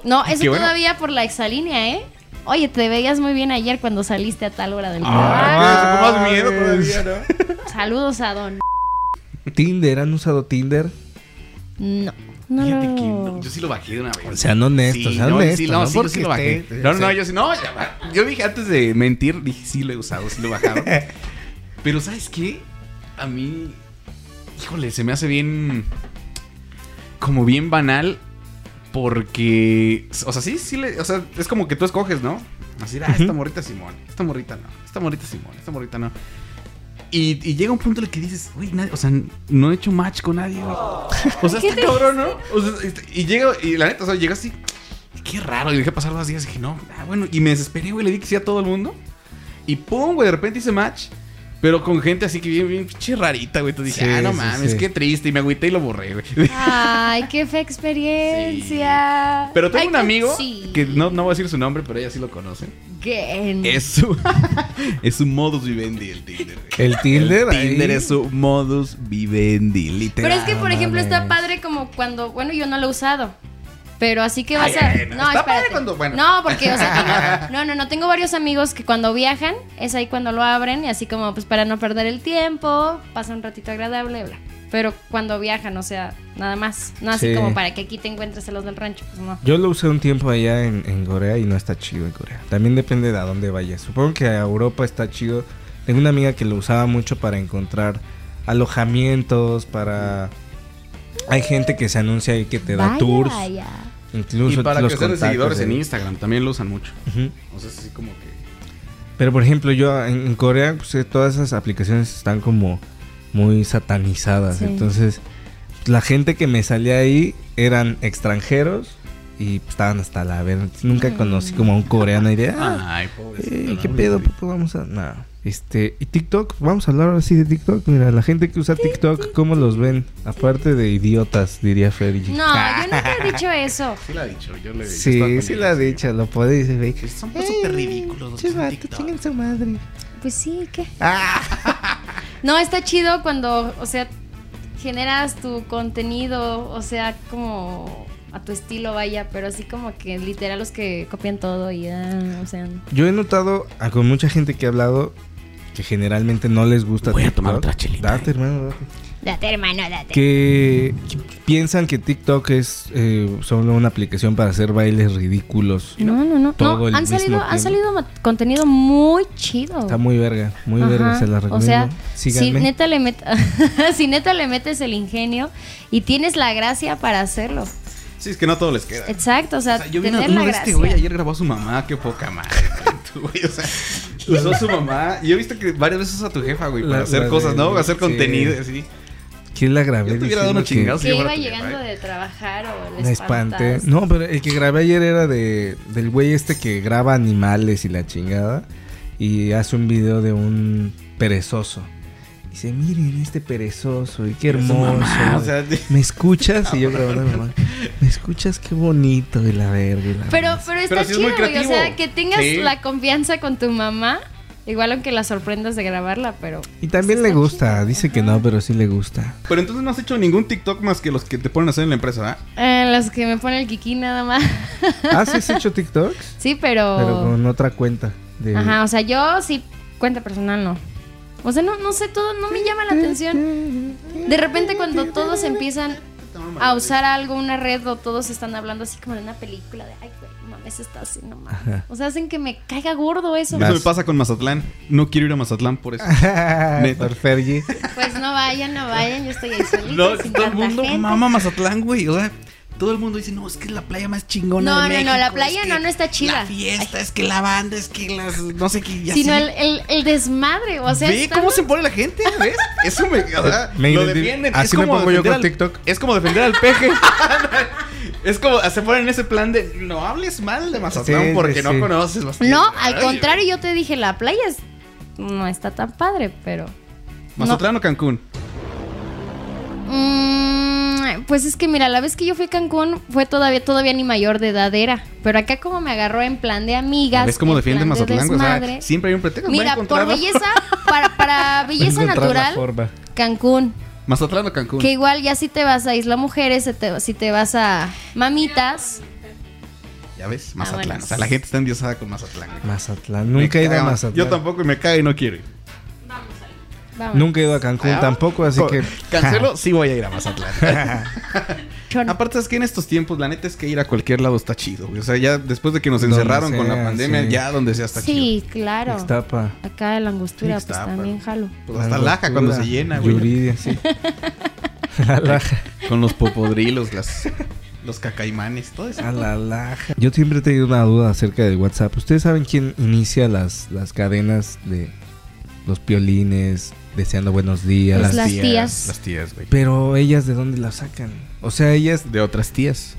B: No, eso
D: Qué bueno.
B: todavía por la exalínea, ¿eh? Oye, te veías muy bien ayer cuando saliste a tal hora del trabajo.
D: Ah,
A: mames.
D: me sacó más miedo todavía, ¿no?
B: Saludos a Don.
A: Tinder, ¿han usado Tinder?
B: No. No,
D: Fíjate
B: no.
D: que no, yo sí lo bajé de una vez.
A: Sean honestos,
D: Sí,
A: sean
D: no,
A: honestos.
D: sí, no,
A: no,
D: sí, yo
A: Porque
D: sí lo bajé.
A: esté-
D: no, no, no, yo sí, no, ya- yo dije antes de mentir, dije sí lo he usado, sí lo bajaron.
A: *laughs*
D: Pero ¿sabes qué? A mí, híjole, se me hace bien, como bien banal, porque, o sea, sí, sí, le- o sea, es como que tú escoges, ¿no? Así, ah, esta
A: Ujú.
D: morrita Simón, esta morrita no, esta morrita Simón, esta morrita no. Y, y llega un punto en el que dices, uy, nadie- o sea, no he hecho match con nadie, güey. O sea,
B: ¿Qué
D: este
B: te
D: cabrón, ¿no? O sea, este- y llega, y la neta, o sea, llega así, qué raro, y dejé pasar dos días y dije, no, ah, bueno, y me desesperé, güey, le di que sí a todo el mundo. Y pum, güey, de repente hice match, pero con gente así que bien, bien pinche rarita, güey. Entonces dije,
A: Sí,
D: ah, no
A: sí,
D: mames,
A: sí.
D: qué triste, y me agüité y lo borré, güey. *laughs*
B: Ay, qué fea experiencia.
D: Pero tengo
B: Ay,
D: un amigo
B: sí.
D: que no, no voy a decir su nombre, pero ella sí lo conoce.
B: Gen.
D: Es su, *laughs* es su modus vivendi el Tinder, güey.
A: El Tinder. ahí.
D: Tinder es su modus vivendi, literal.
B: Pero es que,
A: No
B: por ejemplo, está
A: mames.
B: padre como cuando, bueno, yo no lo he usado. Pero así que vas
D: Ay,
B: a.
D: ay, no,
B: no,
D: está padre
B: espérate.
D: cuando- bueno.
B: No, porque, o sea,
D: *laughs*
B: tengo- no, no, no. Tengo varios amigos que cuando viajan, es ahí cuando lo abren, y así como, pues para no perder el tiempo, pasa un ratito agradable, bla. Pero cuando viajan, o sea, nada más. No así
A: Sí.
B: como para que aquí te encuentres a los del rancho, pues
D: *laughs*
B: no.
A: Yo lo usé un tiempo allá en, en Corea y no está chido en Corea. También depende de a dónde vayas. Supongo que a Europa está chido. Tengo una amiga que lo usaba mucho para encontrar alojamientos, para... Hay gente que se anuncia ahí que te da
B: Vaya,
A: tours.
B: ya.
A: Incluso
D: y para
A: los
D: crecer de
A: contactos
D: seguidores
A: de-
D: en Instagram también lo usan mucho.
A: Ujú.
D: O sea, es así como que.
A: Pero por ejemplo, yo en, en Corea, pues, eh, todas esas aplicaciones están como muy satanizadas.
B: Sí.
A: Entonces, la gente que me salía ahí eran extranjeros y pues, estaban hasta la verga. Nunca
B: Mm.
A: conocí como a un coreano y de, ah,
D: Ay, pobre.
A: eh, ¿qué pedo, puto? Vamos a. No. Este, y TikTok, vamos a hablar ahora sí de TikTok. Mira, la gente que usa TikTok, ¿cómo los ven? Aparte de idiotas, diría Ferry.
B: No, yo nunca he dicho eso.
D: Sí la ha dicho, yo le he dicho.
A: Sí, sí la dicha, lo podéis ver.
D: Pues son súper ridículos los que usan TikTok.
A: chinguen su madre.
B: Pues sí, ¿qué?
A: Ah.
B: No, está chido cuando, o sea, generas tu contenido, o sea, como a tu estilo vaya, pero así como que literal los que copian todo y ah, o sea,
A: Yo he notado a- con mucha gente que he hablado que generalmente no les gusta
D: Voy a tomar otra chelita,
A: Date,
D: eh.
A: hermano, date.
B: date hermano, date.
A: Que piensan que TikTok es eh, solo una aplicación para hacer bailes ridículos.
B: No, no, no.
A: Todo
B: No,
A: el
B: han
A: mismo
B: salido, han
A: tiempo.
B: salido ma- contenido muy chido.
A: Está muy verga, muy
B: Ajá.
A: verga, se la recomiendo.
B: O sea, si
A: Síganme.
B: neta, le met- *laughs* si neta le metes el ingenio y tienes la gracia para hacerlo.
D: Sí, es que no todo les queda.
B: Exacto, o sea,
D: O sea, yo vi
B: tener
D: una- uno
B: la
D: de
B: gracia.
D: este güey ayer grabó a su mamá, qué poca madre. *laughs* tú, güey, o sea, usó a su mamá. Y he visto que varias veces usa a tu jefa, güey, para
A: La-
D: hacer
A: la
D: cosas,
A: de-
D: ¿no? Para hacer
A: sí.
D: contenido, así.
A: ¿Quién la grabé?
D: Yo te hubiera dado
A: diciendo
D: unos chingados.
A: que
B: que
D: Sí,
B: iba
D: bueno,
B: llegando
D: ay.
B: de trabajar o le
A: Me espanté.
B: espantaste.
A: No, pero el que grabé ayer era de del güey este que graba animales y la chingada. Y hace un video de un perezoso. Dice, miren este perezoso y qué
D: Su
A: hermoso.
D: mamá, o sea, de-
A: ¿Me escuchas?
D: Ah,
A: Y yo grabando a mi mamá. ¿Me escuchas? Qué bonito y la verga. y la
B: Pero,
A: verga".
B: pero está
D: Pero sí es
B: chido,
D: muy
B: güey. O
D: creativo.
B: sea, que tengas
D: Sí.
B: la confianza con tu mamá. Igual aunque la sorprendas de grabarla, pero.
A: Y también le gusta. Dice que no, pero sí le gusta.
D: Pero entonces no has hecho ningún TikTok más que los que te ponen a hacer en la empresa, ¿verdad?
B: Eh, los que me pone el kiki nada más.
A: ¿Ah, sí has hecho TikToks?
B: *laughs* sí, pero.
A: Pero con otra cuenta. De... *laughs*
B: Oh. Ajá, o sea, yo sí. Cuenta personal no. O sea, no, no sé, todo no me llama la atención. De repente cuando todos empiezan a usar algo, una red o todos están hablando así como de una película de, ay, güey, no mames, está así, no mames. O sea, hacen que me caiga gordo eso.
D: Eso me
A: Vas.
D: pasa con Mazatlán. No quiero ir a Mazatlán por eso. Neta.
A: Por
D: *laughs*
A: Fergie.
B: Pues no vayan, no vayan, yo estoy ahí solita,
D: No,
B: sin
D: todo el
B: tanta
D: mundo
B: gente.
D: mama Mazatlán, güey. O sea, todo el mundo dice, no, es que es la playa más chingona.
B: No,
D: de
B: no, no,
D: México,
B: la
D: es
B: playa
D: que
B: no, no está chida.
D: La fiesta, es que la banda, es que las. No sé qué. ya
B: sino
D: sé".
B: el, el, el desmadre, o sea,
D: Ve cómo
B: estamos-
D: se pone la gente, ¿ves? Eso me. o sea,
A: Me
D: Ah, lo
A: identi-
D: defienden.
A: así
D: es
A: me
D: como
A: pongo yo
D: defender
A: con
D: al-
A: TikTok.
D: Es como defender al
A: *laughs*
D: peje. es como. Ah, Se ponen en ese plan de. No hables mal de Mazatlán
A: Sí, sí,
D: porque no
A: sí.
D: conoces Mazatlán.
B: No, al
D: Ay,
B: contrario, yo te dije, la playa es- no está tan padre, pero...
D: ¿Mazatlán o Cancún?
B: Mm, pues es que mira, la vez que yo fui a Cancún fue todavía todavía ni mayor de edad era, pero acá como me agarró en plan de amigas.
D: ¿Ves cómo
B: en
D: defienden
B: plan de
D: Mazatlán? güey? O sea,
B: desmadre.
D: siempre hay un pretexto. va a
B: mira, por
D: encontrarlo.
B: belleza, para,
D: *laughs*
B: para belleza
A: Encontrar la
B: natural,
A: forma.
B: Cancún.
D: Mazatlán o Cancún.
B: Que igual ya si te vas a Isla Mujeres, se te- si te vas a Mamitas,
D: Ya ves,
B: Ah, bueno.
D: Mazatlán. O sea, la gente está endiosada con Mazatlán. güey.
A: Mazatlán. Nunca he ido
D: Me
A: a
D: caga,
A: Mazatlán.
D: Yo tampoco y me cae y no quiero ir.
B: vamos.
A: Nunca he ido a Cancún
D: Ah,
A: tampoco, así
D: co-
A: que.
D: Cancelo, sí voy a ir a Mazatlán.
B: locochón.
D: Aparte es que en estos tiempos, la neta es que ir a cualquier lado está chido, güey. O sea, ya después de que nos
A: Donde
D: encerraron con la
A: sea,
D: pandemia,
A: sí.
D: ya donde sea está chido.
B: Sí, claro.
A: Ixtapa,
B: Acá de la angostura, pues
D: Ixtapa.
B: también jalo.
D: Pues hasta Laja cuando se llena, güey.
A: Yuridia, sí. *laughs* A la,
D: Con los popodrilos, las, los cacaimanes, todo eso.
A: a la laja. Yo siempre he tenido una duda acerca del WhatsApp. ¿Ustedes saben quién inicia las, las cadenas de los piolines, deseando buenos días?
B: Pues las tías.
D: Las tías, güey.
A: Pero ellas de dónde las sacan? O sea, ellas,
D: De otras tías.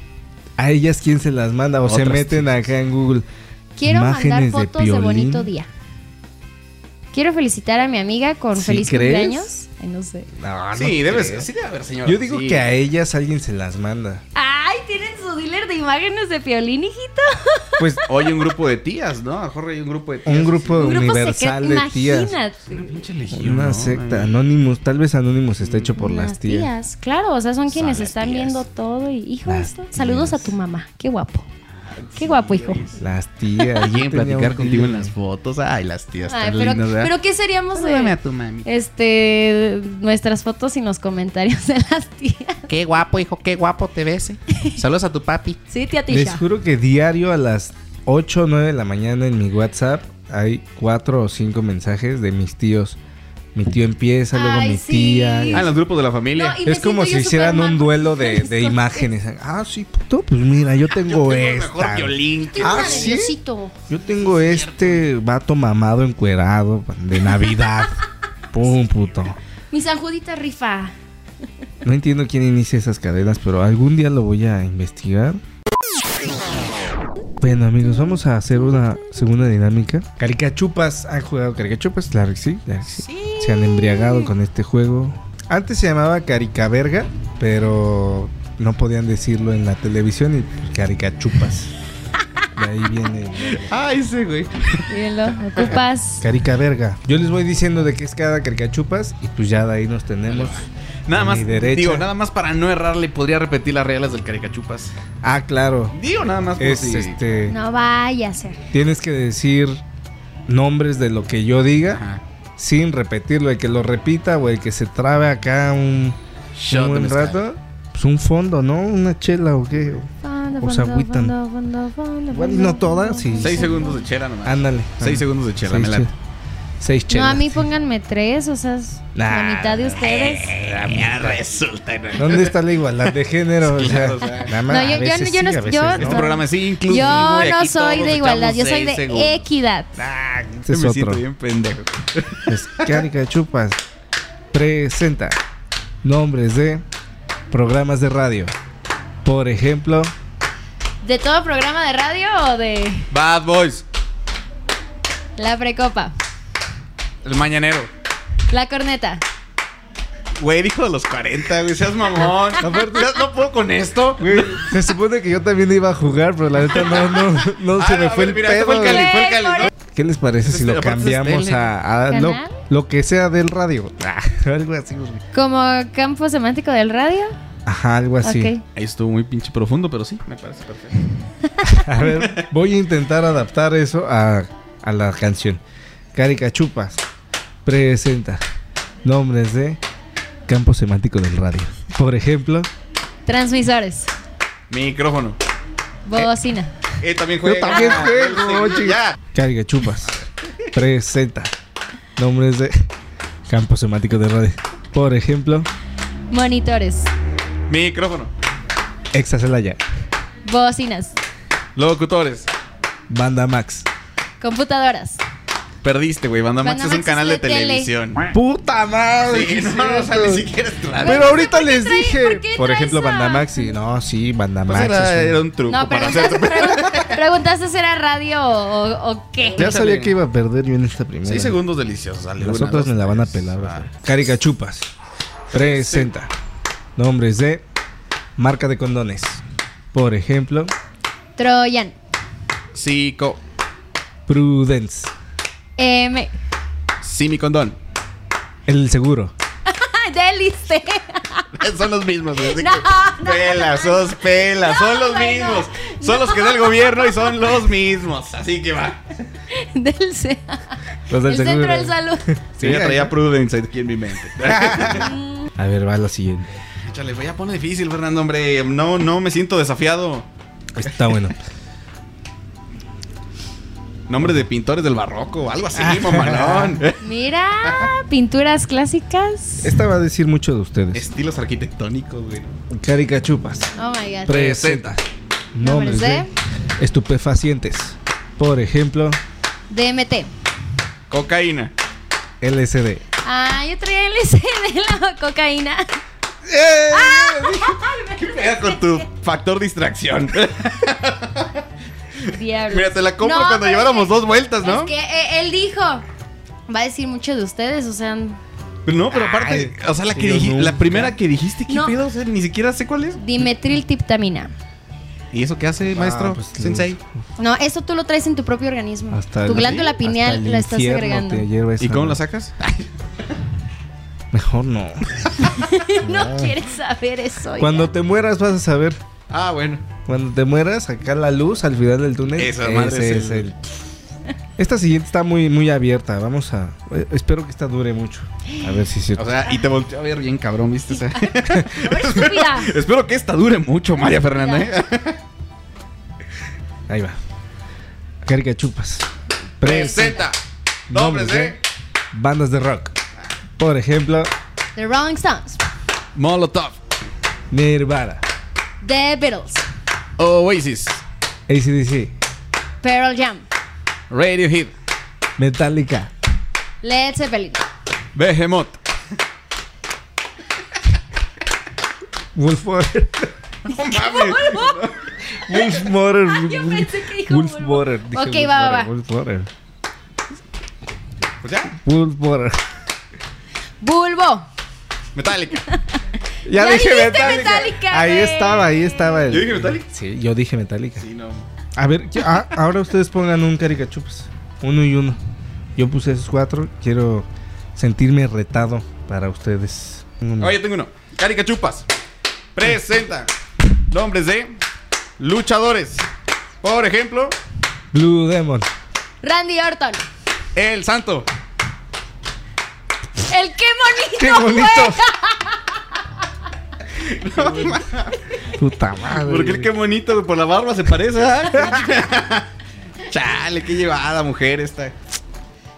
A: a ellas quién se las manda o se
D: Otras
A: meten
D: tías.
A: acá en Google.
B: Quiero mandar
A: Imágenes de
B: fotos de,
A: Piolín.
B: bonito día. Quiero felicitar a mi amiga con
A: ¿Sí
B: feliz
A: crees?
B: cumpleaños. Ay, no sé.
A: No, no
D: sí, debe
A: creo.
D: ser. Sí, debe haber, señora.
A: Yo digo
D: Sí.
A: que a ellas alguien se las manda.
B: Ay, tienen su dealer de imágenes de Piolín, hijito.
D: Pues *laughs* hoy hay un grupo de tías, ¿no? A lo mejor hay un grupo de tías.
A: Un grupo
B: Un grupo
A: universal
B: secreto,
A: de tías.
B: imagínate.
D: Una pinche legión.
A: Una
D: ¿no?
A: secta, Anonymous, tal vez Anonymous está hecho por las tías.
B: Claro, o sea, son quienes
D: Son las
B: están
D: tías.
B: viendo todo y hijo
A: Las
B: esto. Saludos a
A: tías.
B: tu mamá. Qué guapo. Qué guapo, hijo.
A: Las tías. Yo tenía
D: Alguien platicar
A: un
D: contigo en
A: tío.
D: las fotos. Ay, las tías
B: Ay,
D: tan
B: pero,
D: lindas, ¿verdad?
B: pero ¿qué seríamos de
D: Salúdame a tu mami.
B: este nuestras fotos y los comentarios de las tías?
C: Qué guapo, hijo, qué guapo te ves. eh. Saludos a tu papi.
B: Sí, tía
A: Les
B: Tisha.
A: juro que diario a las 8 o 9 de la mañana en mi WhatsApp hay 4 o 5 mensajes de mis tíos. Mi tío empieza, luego
B: Ay,
A: mi
B: sí.
A: tía.
D: Ah, en los grupos de la familia.
B: No, y me
A: Es como
B: siento
A: si
B: yo
A: hicieran
B: Superman
A: un
B: con
A: duelo
B: *laughs*
A: de,
B: esos
A: de
B: mensajes.
A: imágenes. Ah, sí, puto, pues mira, yo tengo, esta.
D: violín.
B: Qué buena
A: Ah,
B: de
A: ¿sí?
B: Diosito.
A: Yo tengo este vato mamado encuerado de
B: *laughs*
A: Navidad. Pum, puto.
B: Mi San Judita rifa.
A: No entiendo quién inicia esas cadenas, pero algún día lo voy a investigar. Bueno, amigos, vamos a hacer una segunda dinámica. Caricachupas, ¿han jugado caricachupas? Claro que sí, claro que sí. Se han embriagado con este juego. Antes se llamaba caricaverga, pero no podían decirlo en la televisión y caricachupas. De ahí viene.
D: Ay, ese güey.
A: *laughs*
B: Mírenlo, ocupas.
A: Caricaverga. Yo les voy diciendo de qué es cada caricachupas y pues ya de ahí nos tenemos.
D: Nada
A: A mi
D: más,
A: derecha.
D: digo, nada más para no errarle, podría repetir las reglas del caricachupas.
A: Ah, claro.
D: Digo, nada más por
A: Es
D: si-
A: este.
B: No vaya a ser.
A: Tienes que decir nombres de lo que yo diga
D: Ajá.
A: sin repetirlo. El que lo repita o el que se trabe acá un,
D: Shot
A: un
D: de
A: buen
D: mezcal.
A: rato. Pues un fondo, ¿no? Una chela o qué.
B: Fondo,
A: O sea,
B: fondo,
A: agüitan.
B: fondo, fondo, fondo,
A: Igual y
B: fondo,
A: no todas,
B: fondo,
A: sí.
B: fondo.
D: Seis segundos de chela nomás.
A: Ándale.
D: Seis
A: Ah,
D: segundos de chela,
A: seis
D: me late.
A: chela. Seis
B: No,
A: chelas.
B: a mí pónganme tres, o sea, es
A: Nah.
B: la mitad de ustedes.
D: Ah, mira, resulta. ¿no?
A: ¿Dónde está la igualdad de
D: *laughs*
A: género? O sea,
D: Claro, o sea.
A: nada más
B: No, yo-
A: a
B: yo
A: veces
B: no- yo
A: sí,
B: no-
A: a veces
B: yo-
A: no.
D: Este programa es inclusivo.
B: Ah. Yo
D: y
B: no
D: aquí
B: soy
D: todos
B: de igualdad, yo soy
D: echamos
B: de
D: seis segundos.
B: equidad.
D: Ah,
A: Este es
D: me
A: otro.
D: siento bien pendejo.
A: Es Caricachupas presenta nombres de programas de radio. Por ejemplo,
B: ¿De todo programa de radio o de
D: Bad Boys,
B: la precopa?
D: el mañanero.
B: La corneta.
D: Güey, dijo de los 40, güey, seas *laughs* mamón. Seas- No puedo con esto.
A: Güey, se supone que yo también iba a jugar, pero la neta no, no, no
D: Ah,
A: se me
D: a
A: fue
D: ver,
A: el
D: mira,
A: pedo.
D: este fue el
A: güey.
D: Cali, fue el
B: Güey,
D: Cali, ¿no?
A: ¿Qué les parece si
D: Este,
A: lo
D: aparte es
A: cambiamos
D: tele.
A: a, a lo,
B: ¿Canal?
A: lo que sea del radio? Ah, *laughs* algo así, güey.
B: Como campo semántico del radio.
A: Ajá, algo así.
B: Ok.
D: Ahí estuvo muy pinche profundo, pero sí, me parece perfecto.
A: A ver, voy a intentar adaptar eso a, a la canción. Caricachupas presenta nombres de campo semántico del radio. Por ejemplo,
B: Transmisores.
D: Micrófono.
B: Bocina.
D: Eh, también juega.
A: Yo también juego,
D: Ah,
A: chicos.
D: Ya.
A: Caricachupas presenta nombres de campo semántico del radio. Por ejemplo,
B: Monitores.
D: Micrófono.
A: Exacelaya,
B: Bocinas.
D: Locutores.
A: Banda Max.
B: Computadoras.
D: Perdiste, güey. Banda Max
B: Banda
D: es un
B: Max
D: canal
B: es
D: de
B: de tele.
D: televisión.
A: ¡Puta madre!
D: Sí, no, no, o sea, ni siquiera es claro.
A: Pero ahorita les
B: trae-
A: dije,
B: por qué
A: por
B: traes
A: ejemplo,
B: a-
A: Banda Max y no, sí, Banda
D: Pues
A: Max. es
D: era,
A: un-
D: era un truco
B: No,
D: para
B: preguntaste,
D: hacer.
B: pregun- preguntaste si era radio o, o- o qué.
A: Ya sabía que iba a perder yo en esta primera.
D: Seis segundos deliciosos. Dale,
A: Los
D: una,
A: otros
D: dos,
A: me la van a
D: tres.
A: pelar. o sea.
D: Ah.
A: Caricachupas. Presenta. Nombres de marca de condones. Por ejemplo,
B: Troyan.
D: Cico.
A: Prudence.
B: M.
D: Simicondón.
A: El seguro.
B: Ah, Deliste.
D: Son los mismos. güey, así
B: No,
D: que-
B: no.
D: pelas, sos pelas. son los
B: güey, no.
D: mismos. Son los que da el gobierno y son los mismos. Así que va.
B: *laughs* Del C. *laughs*
A: Los del
B: El
A: seguro.
B: centro del salud.
D: Sí, ya traía Prudence aquí en mi mente.
A: A ver, va la siguiente.
D: Chale, pues ya pone difícil, Fernando, hombre. No, no, me siento desafiado.
A: Está bueno.
D: Nombre de pintores del barroco, o algo así, *laughs* mamalón.
B: Mira, pinturas clásicas.
A: Esta va a decir mucho de ustedes.
D: Estilos arquitectónicos, güey.
A: Caricachupas.
B: Oh my god.
A: Presenta. Nombres
B: Nombres
A: de estupefacientes. Por ejemplo,
B: DMT.
D: Cocaína.
A: LSD.
B: Ah, yo traía el de la cocaína.
D: ¡Eh! ¿Qué pega con tu
B: *laughs*
D: factor distracción?
B: Diablo.
D: Mira, te la compro
B: No,
D: cuando
B: pero
D: lleváramos
B: es-
D: dos vueltas, ¿no?
B: Es que eh, él dijo. Va a decir mucho de ustedes, o sea.
D: No, pero aparte, o sea, la, que
A: yo
D: dij-
A: nunca.
D: la primera que dijiste, ¿qué
B: No.
D: pedo? O sea, ni siquiera sé cuál es.
B: Dimetriltiptamina.
D: ¿Y eso qué hace, maestro?
A: pues,
D: Sensei.
B: No, eso tú lo traes en tu propio organismo.
A: Hasta
B: tu
A: el-
B: glándula pineal
A: hasta el
B: la estás
A: infierno
B: agregando.
A: te lleva esa-
D: ¿Y cómo la sacas?
A: Mejor no.
B: *laughs* no quieres saber eso. ya.
A: Cuando te mueras vas a saber.
D: Ah, bueno.
A: Cuando te mueras, acá la luz al final del túnel.
D: Esa madre
A: Ese
D: es
A: es
D: el-
A: el- Esta siguiente está muy, muy abierta. Vamos a. eh, Espero que esta dure mucho. A ver si es cierto.
D: O sea, y te volteó a ver bien cabrón, ¿viste? *laughs* O sea,
B: Ay, estúpida.
D: *laughs* espero que esta dure mucho, María Fernanda, ¿eh?
A: Ahí va. Caricachupas.
D: Presenta. Nombres
A: ¿eh?
D: ¿eh? de
A: bandas de rock. Por ejemplo,
B: The Rolling Stones.
D: ¿eh? Molotov,
A: Nirvana,
B: The Beatles. *laughs*
D: Oh, Oasis,
A: ACDC,
B: Pearl Jam.
D: Radiohead,
A: Metallica,
B: Led Zeppelin.
D: *laughs* Behemoth,
A: Wolf Mother. *laughs* Wolf Mother.
B: Yo pensé que dijo
A: Wolf
B: Volvo.
A: Mother. Dije
B: Ok,
A: Wolf
B: va,
A: Mother,
B: va, va.
A: Wolf Mother.
D: *laughs* Pues ya,
A: Wolf Mother.
B: Bulbo.
D: Metallica.
A: Ya,
B: Ya
A: dije
B: dijiste
A: Metallica.
B: Metallica,
A: ahí
B: güey.
A: estaba, ahí estaba. el-
D: ¿Yo dije Metallica?
A: Sí, yo dije Metallica.
D: Sí, no.
A: A ver, ¿qué- ah, ahora ustedes pongan un caricachupas. Uno y uno. Yo puse esos cuatro. Quiero sentirme retado para ustedes. Uno.
D: Oye, tengo uno. Caricachupas. Presenta nombres de luchadores. Por ejemplo,
A: Blue Demon.
B: Randy Orton.
D: El Santo.
B: El qué bonito.
A: ¡Qué bonito!
B: *laughs*
A: Puta madre.
D: Porque el que bonito güey, por la barba se parece.
A: *laughs*
D: ¿ah? Chale, qué llevada mujer esta.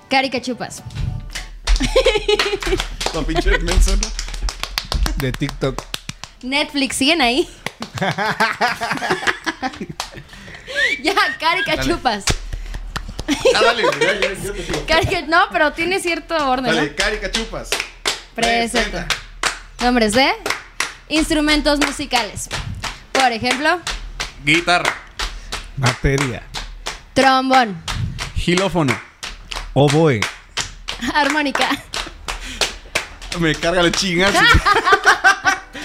B: Caricachupas.
D: La pinche menso, ¿no?
A: De TikTok.
B: Netflix, siguen ahí. *laughs* ya, caricachupas.
D: Ah, dale, güey, ya, ya, yo te sigo.
B: Carica- no, pero tiene cierto orden, ¿no?
D: Dale, caricachupas.
B: Presenta. Nombres de instrumentos musicales. Por ejemplo,
D: Guitarra.
A: Batería.
B: trombón, *laughs*
D: Gilófono.
A: Oboe.
B: armónica,
D: Me carga la chingada. si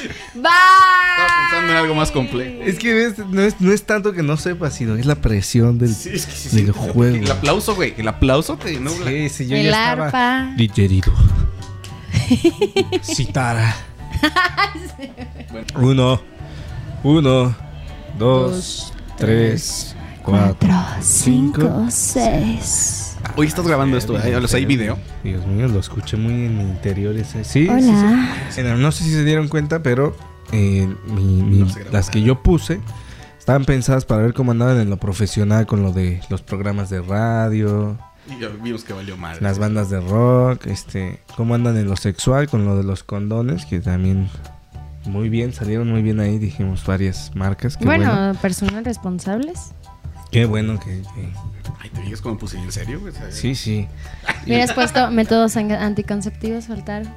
D: Estaba
B: va.
D: pensando en algo más complejo.
A: Es que ves, no, es, no es tanto que no sepa, sino es la presión del,
D: Sí, es que sí,
A: del
D: sí.
A: juego.
D: El aplauso, güey. El aplauso te nubla.
A: Sí, sí, yo
B: El
A: ya estaba
B: arpa.
A: digerido. *laughs* Citara. Uno, uno, dos, tres, cuatro, cinco.
E: seis.
D: Hoy estás grabando esto, ¿eh? ¿Los hay video?
A: Dios mío, lo escuché muy en mi interior ese. Sí, sí,
E: Hola.
A: sí. Bueno, no sé si se dieron cuenta, pero eh, mi- mi-
D: No se grabó
A: las que yo puse estaban pensadas para ver cómo andaban en lo profesional con lo de los programas de radio,
D: Y ya vimos que valió mal.
A: las bandas de rock, este, cómo andan en lo sexual con lo de los condones, que también muy bien, salieron muy bien ahí, dijimos varias marcas. Qué bueno,
B: Bueno, personas responsables.
A: qué bueno que, que-
D: Ay, ¿te digas cómo puse en serio? güey? O sea,
A: sí, sí.
B: Hubieras
A: *laughs*
B: puesto métodos an- anticonceptivos, faltaron.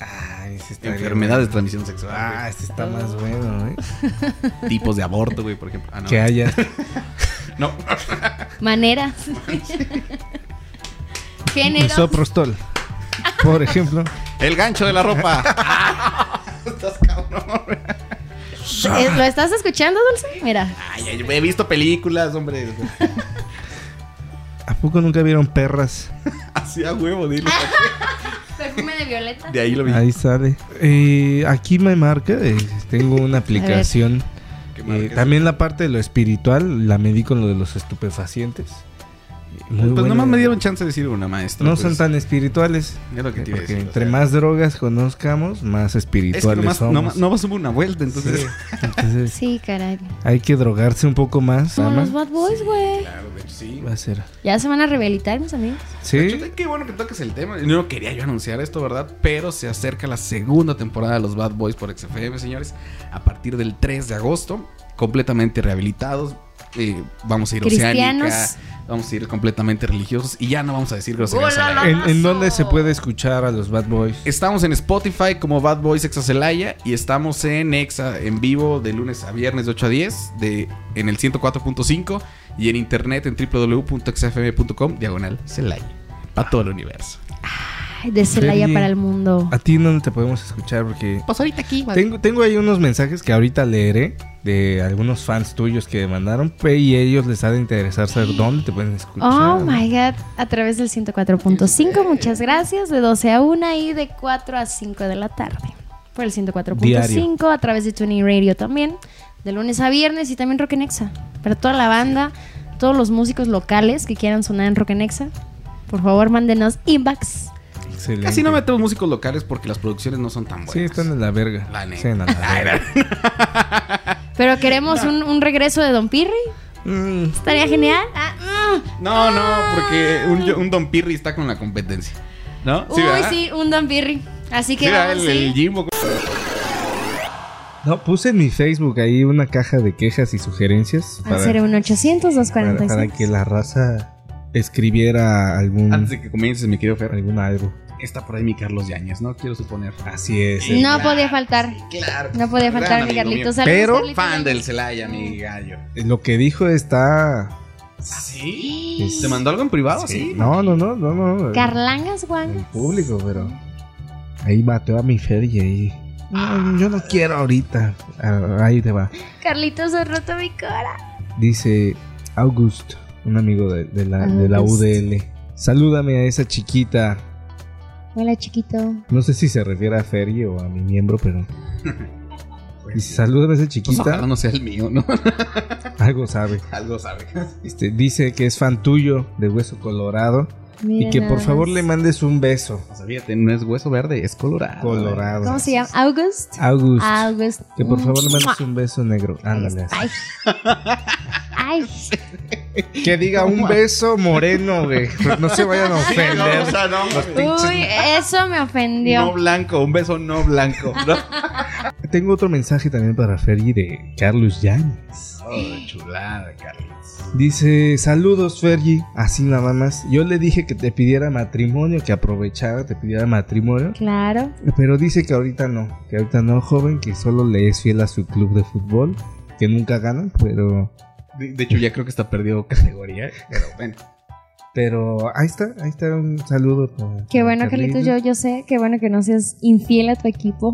A: Ay, ese está
D: Enfermedades
A: bien.
D: de transmisión sexual.
A: Ah, este está más bueno, ¿eh?
D: güey. Tipos de aborto, güey, por ejemplo. Ah, no.
A: Que haya.
D: No.
B: Maneras. *laughs* Género.
A: Misoprostol, por ejemplo.
D: El gancho de la ropa.
A: *laughs*
D: Ah, Estás cabrón, güey.
B: Eh, ¿Lo estás escuchando, Dulce? Mira.
D: Ay, ay, he visto películas, hombre.
A: ¿A poco nunca vieron perras?
D: Así a huevo, dile.
B: Perfume de violeta.
D: De ahí lo vi.
A: Ahí sale. Eh, aquí me marca, eh, tengo una aplicación.
D: Qué
A: Eh,
D: marca es.
A: también la parte de lo espiritual la medí con lo de los estupefacientes. Muy
D: pues
A: buena.
D: nomás me dieron chance de decir una maestra.
A: No
D: pues,
A: son tan espirituales.
D: Es lo que te iba a
A: Porque
D: decir, o
A: entre
D: sea.
A: más drogas conozcamos, más
D: Es que
A: espirituales
D: nomás,
A: somos.
D: nomás, nomás hubo una vuelta, entonces.
A: Sí. Entonces,
B: Sí, caray.
A: hay que drogarse un poco más.
B: Como
A: Ama.
B: los Bad Boys, güey.
D: Claro, de hecho, sí.
A: Va a ser.
B: Ya se van a rehabilitar, mis amigos.
D: De hecho,
A: Sí.
D: te- qué bueno que toques el tema. No quería yo anunciar esto, ¿verdad? Pero se acerca la segunda temporada de los Bad Boys por XFM, señores. A partir del 3 de agosto, completamente rehabilitados. eh, vamos a ir
B: Cristianos.
D: oceánica, vamos a ir completamente religiosos y ya no vamos a decir groserías. al aire.
A: ¿En, en dónde se puede escuchar a los Bad Boys?
D: Estamos en Spotify como Bad Boys Exacelaya y estamos en Exa en vivo de lunes a viernes de 8 a 10 de, en el 104.5 y en internet en www.exafm.com diagonal Celaya. Para todo el universo.
B: Ay, de Celaya
A: Fergie.
B: para el mundo.
A: ¿A ti en dónde te podemos escuchar? Porque
C: Pues ahorita aquí, güey.
A: tengo, tengo ahí unos mensajes que ahorita leeré de algunos fans tuyos que mandaron pe- y ellos les ha de interesar saber dónde te pueden escuchar.
B: Oh my god, a través del 104.5, muchas gracias, de 12 a 1 y de 4 a 5 de la tarde. Por el 104.5,
A: Diario.
B: a través de Tuning Radio también, de lunes a viernes y también Rock en Exa. Para toda la banda, todos los músicos locales que quieran sonar en Rock en Exa, por favor mándenos inbox.
A: Excelente.
D: Casi no metemos músicos locales porque las producciones no son tan buenas.
A: Sí, están en la verga.
D: La neta.
A: Sí,
D: *laughs*
A: en la verga.
B: Pero queremos un, un regreso de Don Pirri,
A: Mm,
B: estaría genial. Ah, mm.
D: No, no, porque un, un Don Pirri está con la competencia. ¿No?
B: Uy,
D: ¿verdad?
B: sí, un Don Pirri. Así que
D: Sí, ¿verdad?
B: vamos,
D: el, el
B: sí.
D: Jimbo.
A: No, puse en mi Facebook ahí una caja de quejas y sugerencias
B: Al 01800
A: para,
B: 246.
A: para que la raza escribiera algún,
D: Antes de que comiences, mi querido Fer,
A: algún algo.
D: está por ahí mi Carlos Yañez, ¿no? Quiero suponer.
A: Así es.
B: No podía faltar.
D: Claro.
B: No podía faltar mi
D: Gran amigo
B: Carlitos.
D: mío.
B: Saludos,
D: Pero
B: Carlitos.
D: fan del Celaya, mi gallo.
A: eh, Lo que dijo está...
D: ¿Ah, ¿Sí? ¿Te mandó algo en privado? Sí.
A: No, no, no, no, no.
B: Carlangas,
A: En
B: Juan.
A: público, pero... Ahí mató a mi Fer y ahí...
B: Ah.
A: "No, yo no quiero ahorita. Ah, Ahí te va.
B: Carlitos ha roto mi cora.
A: Dice August, un amigo de, de la, de la
B: August.
A: UDL. Salúdame a esa chiquita.
B: Hola, chiquito.
A: No sé si se refiere a Fergie o a mi miembro,
B: *laughs*
A: pero... Dice, salúdame a esa
D: Pues ojalá
A: chiquita.
D: no sea el mío, ¿no? *laughs*
A: Algo sabe.
D: Algo sabe.
A: Este, dice que es fan tuyo de Hueso Colorado.
B: Mira
A: y que
B: nada
A: por favor
B: más.
A: le mandes un beso.
D: O sea, fíjate, no es hueso verde, es colorado.
A: Colorado.
B: ¿Cómo se llama? August.
A: August.
B: August.
A: Que por favor le mandes
B: Mua. Este,
A: un beso negro. Ándale. así.
B: Ay.
D: *laughs*
B: Ay.
A: Que diga un beso moreno, güey. No se vayan a
D: No, o
A: ofender.
D: sea, no,
B: Uy, eso me
D: no
B: ofendió.
D: blanco, un beso no blanco. ¿no?
A: Tengo otro mensaje también para Fergie de Carlos Yáñez.
D: Oh, chulada, Carlos.
A: Dice, saludos Fergie, así nada más. Yo le dije que te pidiera matrimonio, que aprovechara, te pidiera matrimonio.
B: Claro.
A: Pero dice que ahorita no, que ahorita no, joven, que solo le es fiel a su club de fútbol, que nunca ganan, pero...
D: De, de hecho, ya creo que está perdido categoría, pero bueno.
A: Pero ahí está, ahí está un saludo. para-
B: Qué
A: para
B: bueno, Carlitos. Yo, yo sé. Qué bueno que no seas infiel a tu equipo.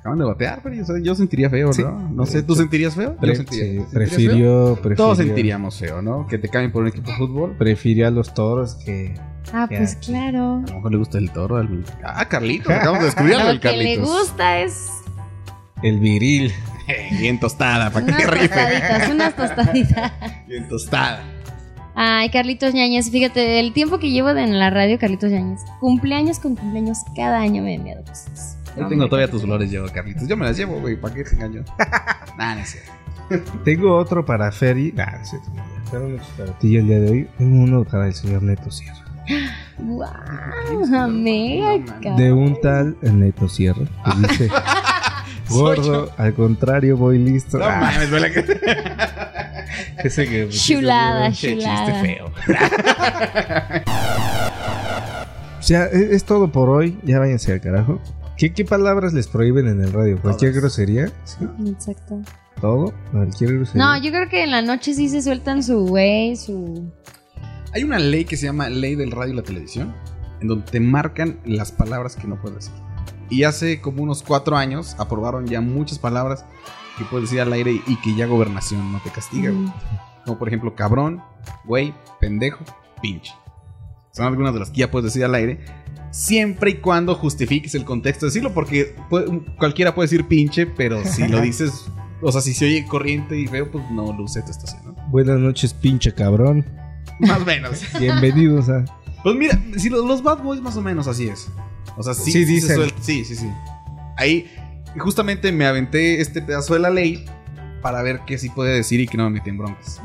D: Acaban de batear, pero yo, yo sentiría feo,
A: Sí.
D: ¿no? No sé, ¿tú sentirías feo? Yo
A: Pre-
D: sentiría-
A: sí,
D: ¿sentirías
A: Este,
D: feo?
A: prefirió, prefirió,
D: Todos sentiríamos feo, ¿no? Que te cambien por un equipo de fútbol.
A: Prefirió a los toros que...
B: Ah,
A: Ya,
B: pues
A: sí.
B: claro.
D: A lo mejor le gusta el toro al. Ah, Carlitos, acabamos de descubrir algo
B: Lo
D: del
B: que le
D: Carlitos.
B: gusta es
A: El viril.
D: *laughs* Bien tostada, para que
B: unas
D: te rife.
B: tostaditas, unas tostaditas.
D: Bien tostada.
B: Ay, Carlitos Ñañez, fíjate, el tiempo que llevo de- en la radio, Carlitos Ñañez, cumpleaños con cumpleaños, cada año me ha enviado cosas.
D: Yo tengo todavía tus flores, yo, Carlitos. Yo me las llevo, güey, ¿para qué te engaño? Nada, no es cierto.
A: Tengo otro para Ferry. Nah, no es cierto, ya fueron muchos para ti el día de hoy. Tengo uno para el señor Neto Sierra.
B: ¡Wow! Amiga,
A: De
B: cabrón.
A: un tal Neto Sierra.
D: Ah.
A: Que
D: *laughs*
A: dice: Gordo, al contrario, voy listo.
D: No
A: Ah,
D: mames, güey, la que.
A: *laughs* ese que- pues,
B: Chulada,
D: Che, chiste
B: chulada.
D: feo.
A: *laughs* O sea, e, es, es todo por hoy. Ya váyanse al carajo. ¿Qué, qué palabras les prohíben en el radio? ¿Cualquier
D: Todas.
A: grosería? ¿Sí?
B: Exacto.
A: ¿Todo? ¿Cualquier grosería?
B: No, yo creo que en la noche sí se sueltan su güey, su.
D: Hay una ley que se llama Ley del Radio y la Televisión, en donde te marcan las palabras que no puedes decir. Y hace como unos cuatro años aprobaron ya muchas palabras que puedes decir al aire y que ya gobernación no te castiga. güey.
B: Mm.
D: Como por ejemplo, cabrón, güey, pendejo, pinche. Son algunas de las que ya puedes decir al aire. Siempre y cuando justifiques el contexto de decirlo, porque puede- cualquiera puede decir pinche, pero si lo dices, o sea, si se oye corriente y feo, pues no luce tu estación, ¿no?
A: Buenas noches, pinche cabrón.
D: Más o menos.
A: Bienvenidos a.
D: Pues mira, si lo- los, Bad Boys más o menos así es. O sea, sí,
A: Sí,
D: sí, se
A: dicen.
D: suel- sí, sí, sí. Ahí justamente me aventé este pedazo de la ley para ver qué sí podía decir y que no me metí en broncas.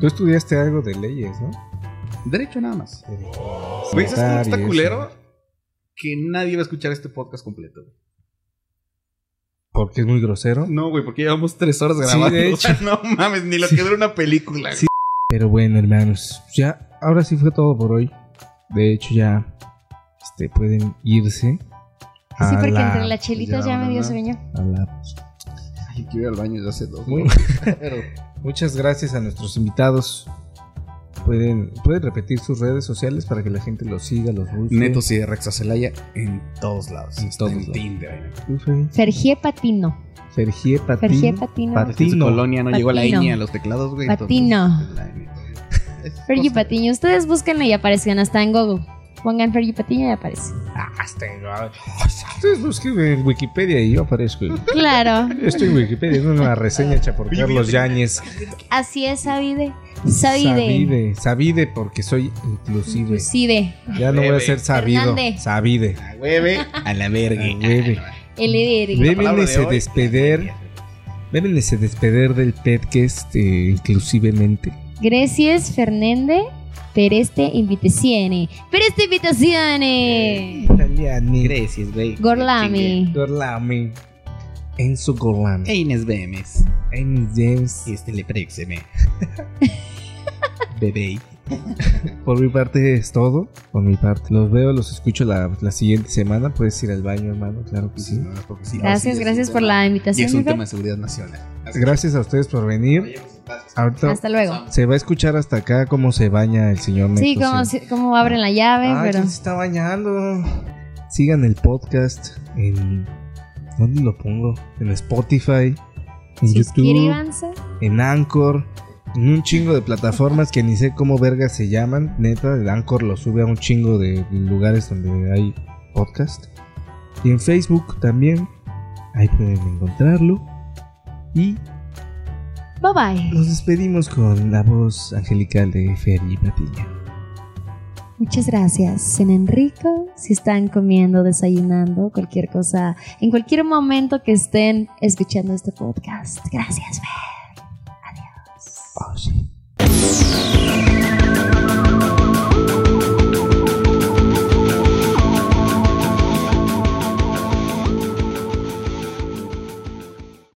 A: Tú estudiaste algo de leyes, ¿no?
D: Derecho nada más. Güey, ¿sabes cómo está
A: Notario,
D: culero?
A: eso.
D: Que nadie va a escuchar este podcast completo. güey.
A: Porque es muy grosero.
D: No, güey, porque llevamos tres horas
A: Sí,
D: grabando.
A: de
D: O sea, *laughs* no mames, ni lo que dura una película.
A: Sí. Pero bueno, hermanos, ya, ahora sí fue todo por hoy. De hecho, ya este, pueden irse. a
B: Sí, porque entre las chelitas pues ya, me dio
A: a
B: sueño.
A: la-
D: Ay, quiero ir al baño ya hace dos.
A: Muy-
D: *laughs*
A: Muchas gracias a nuestros invitados. Pueden, pueden repetir sus redes sociales para que la gente los siga, los busque.
D: Netos y de Rexa Celaya en todos lados.
A: En
D: Está
A: todos
D: en
A: lados.
D: Tinder. ahí.
A: Ufe,
B: Sergie Patino.
A: Sergie Patín.
B: Sergie Patino.
A: Pat-
D: Desde Este su
A: Patino.
D: colonia no llegó la
B: Patino.
D: ñ a los teclados, güey. entonces- pues,
B: Patino.
D: La ñ.
B: Fergie Patiño. Ustedes búsquenlo y aparezcan hasta en Google. Pongan Fergie Patiño y aparece.
A: Ah, tengo- Ustedes busquen en Wikipedia y yo aparezco.
D: *laughs*
B: Claro.
A: Yo Estoy en Wikipedia, es una reseña hecha por
D: Oye,
A: Carlos
D: fíjate.
A: Yáñez.
B: Así es, Sabide. Sabide.
A: Sabide, Sabide, porque soy inclusive.
B: Lucide.
A: Ya no voy a ser sabido.
B: Hernández.
A: Sabide.
D: A hueve. A la verga.
A: A hueve.
B: LDR.
D: palabra de
A: Débense
D: hoy,
A: despeder. Débense despeder del podcast eh, inclusivemente.
B: Gracias, Fernández, per este invitazione. Per este invitazione.
A: Italiani.
C: Gracias, güey.
B: Gorlami.
A: Gorlami. Enzo Gorlami.
C: Eines Bemes.
A: Amy James.
C: Este le
A: *laughs*
C: prexeme. Bebé.
A: Por mi parte es todo. Por mi parte. Los veo, los escucho la, la siguiente semana. Puedes ir al baño, hermano. Claro que sí.
B: Gracias, gracias por la
C: Y es
B: invitación.
C: un
B: mi Fer.
C: tema de seguridad nacional.
A: Gracias a ustedes por venir.
D: pues,
A: Ahorita
B: Hasta luego.
A: se va a escuchar hasta acá cómo se baña el señor Neto.
B: Sí, como,
A: se
B: como abren la llave,
C: Ah,
A: Ay,
B: pero
A: ¿quién se está bañando? Sigan el podcast en... ¿Dónde lo pongo? En Spotify, en YouTube,
B: suscríbanse.
A: en Anchor, en un chingo de plataformas que ni sé cómo vergas se llaman. Neta, el Anchor lo sube a un chingo de lugares donde hay podcast. Y en Facebook también, ahí pueden encontrarlo. Y
B: Bye bye.
A: nos despedimos con la voz angelical de Ferry Patiño.
B: Muchas gracias. Cenen rico, si están comiendo, desayunando, cualquier cosa, en cualquier momento que estén escuchando este podcast. Gracias, Fer.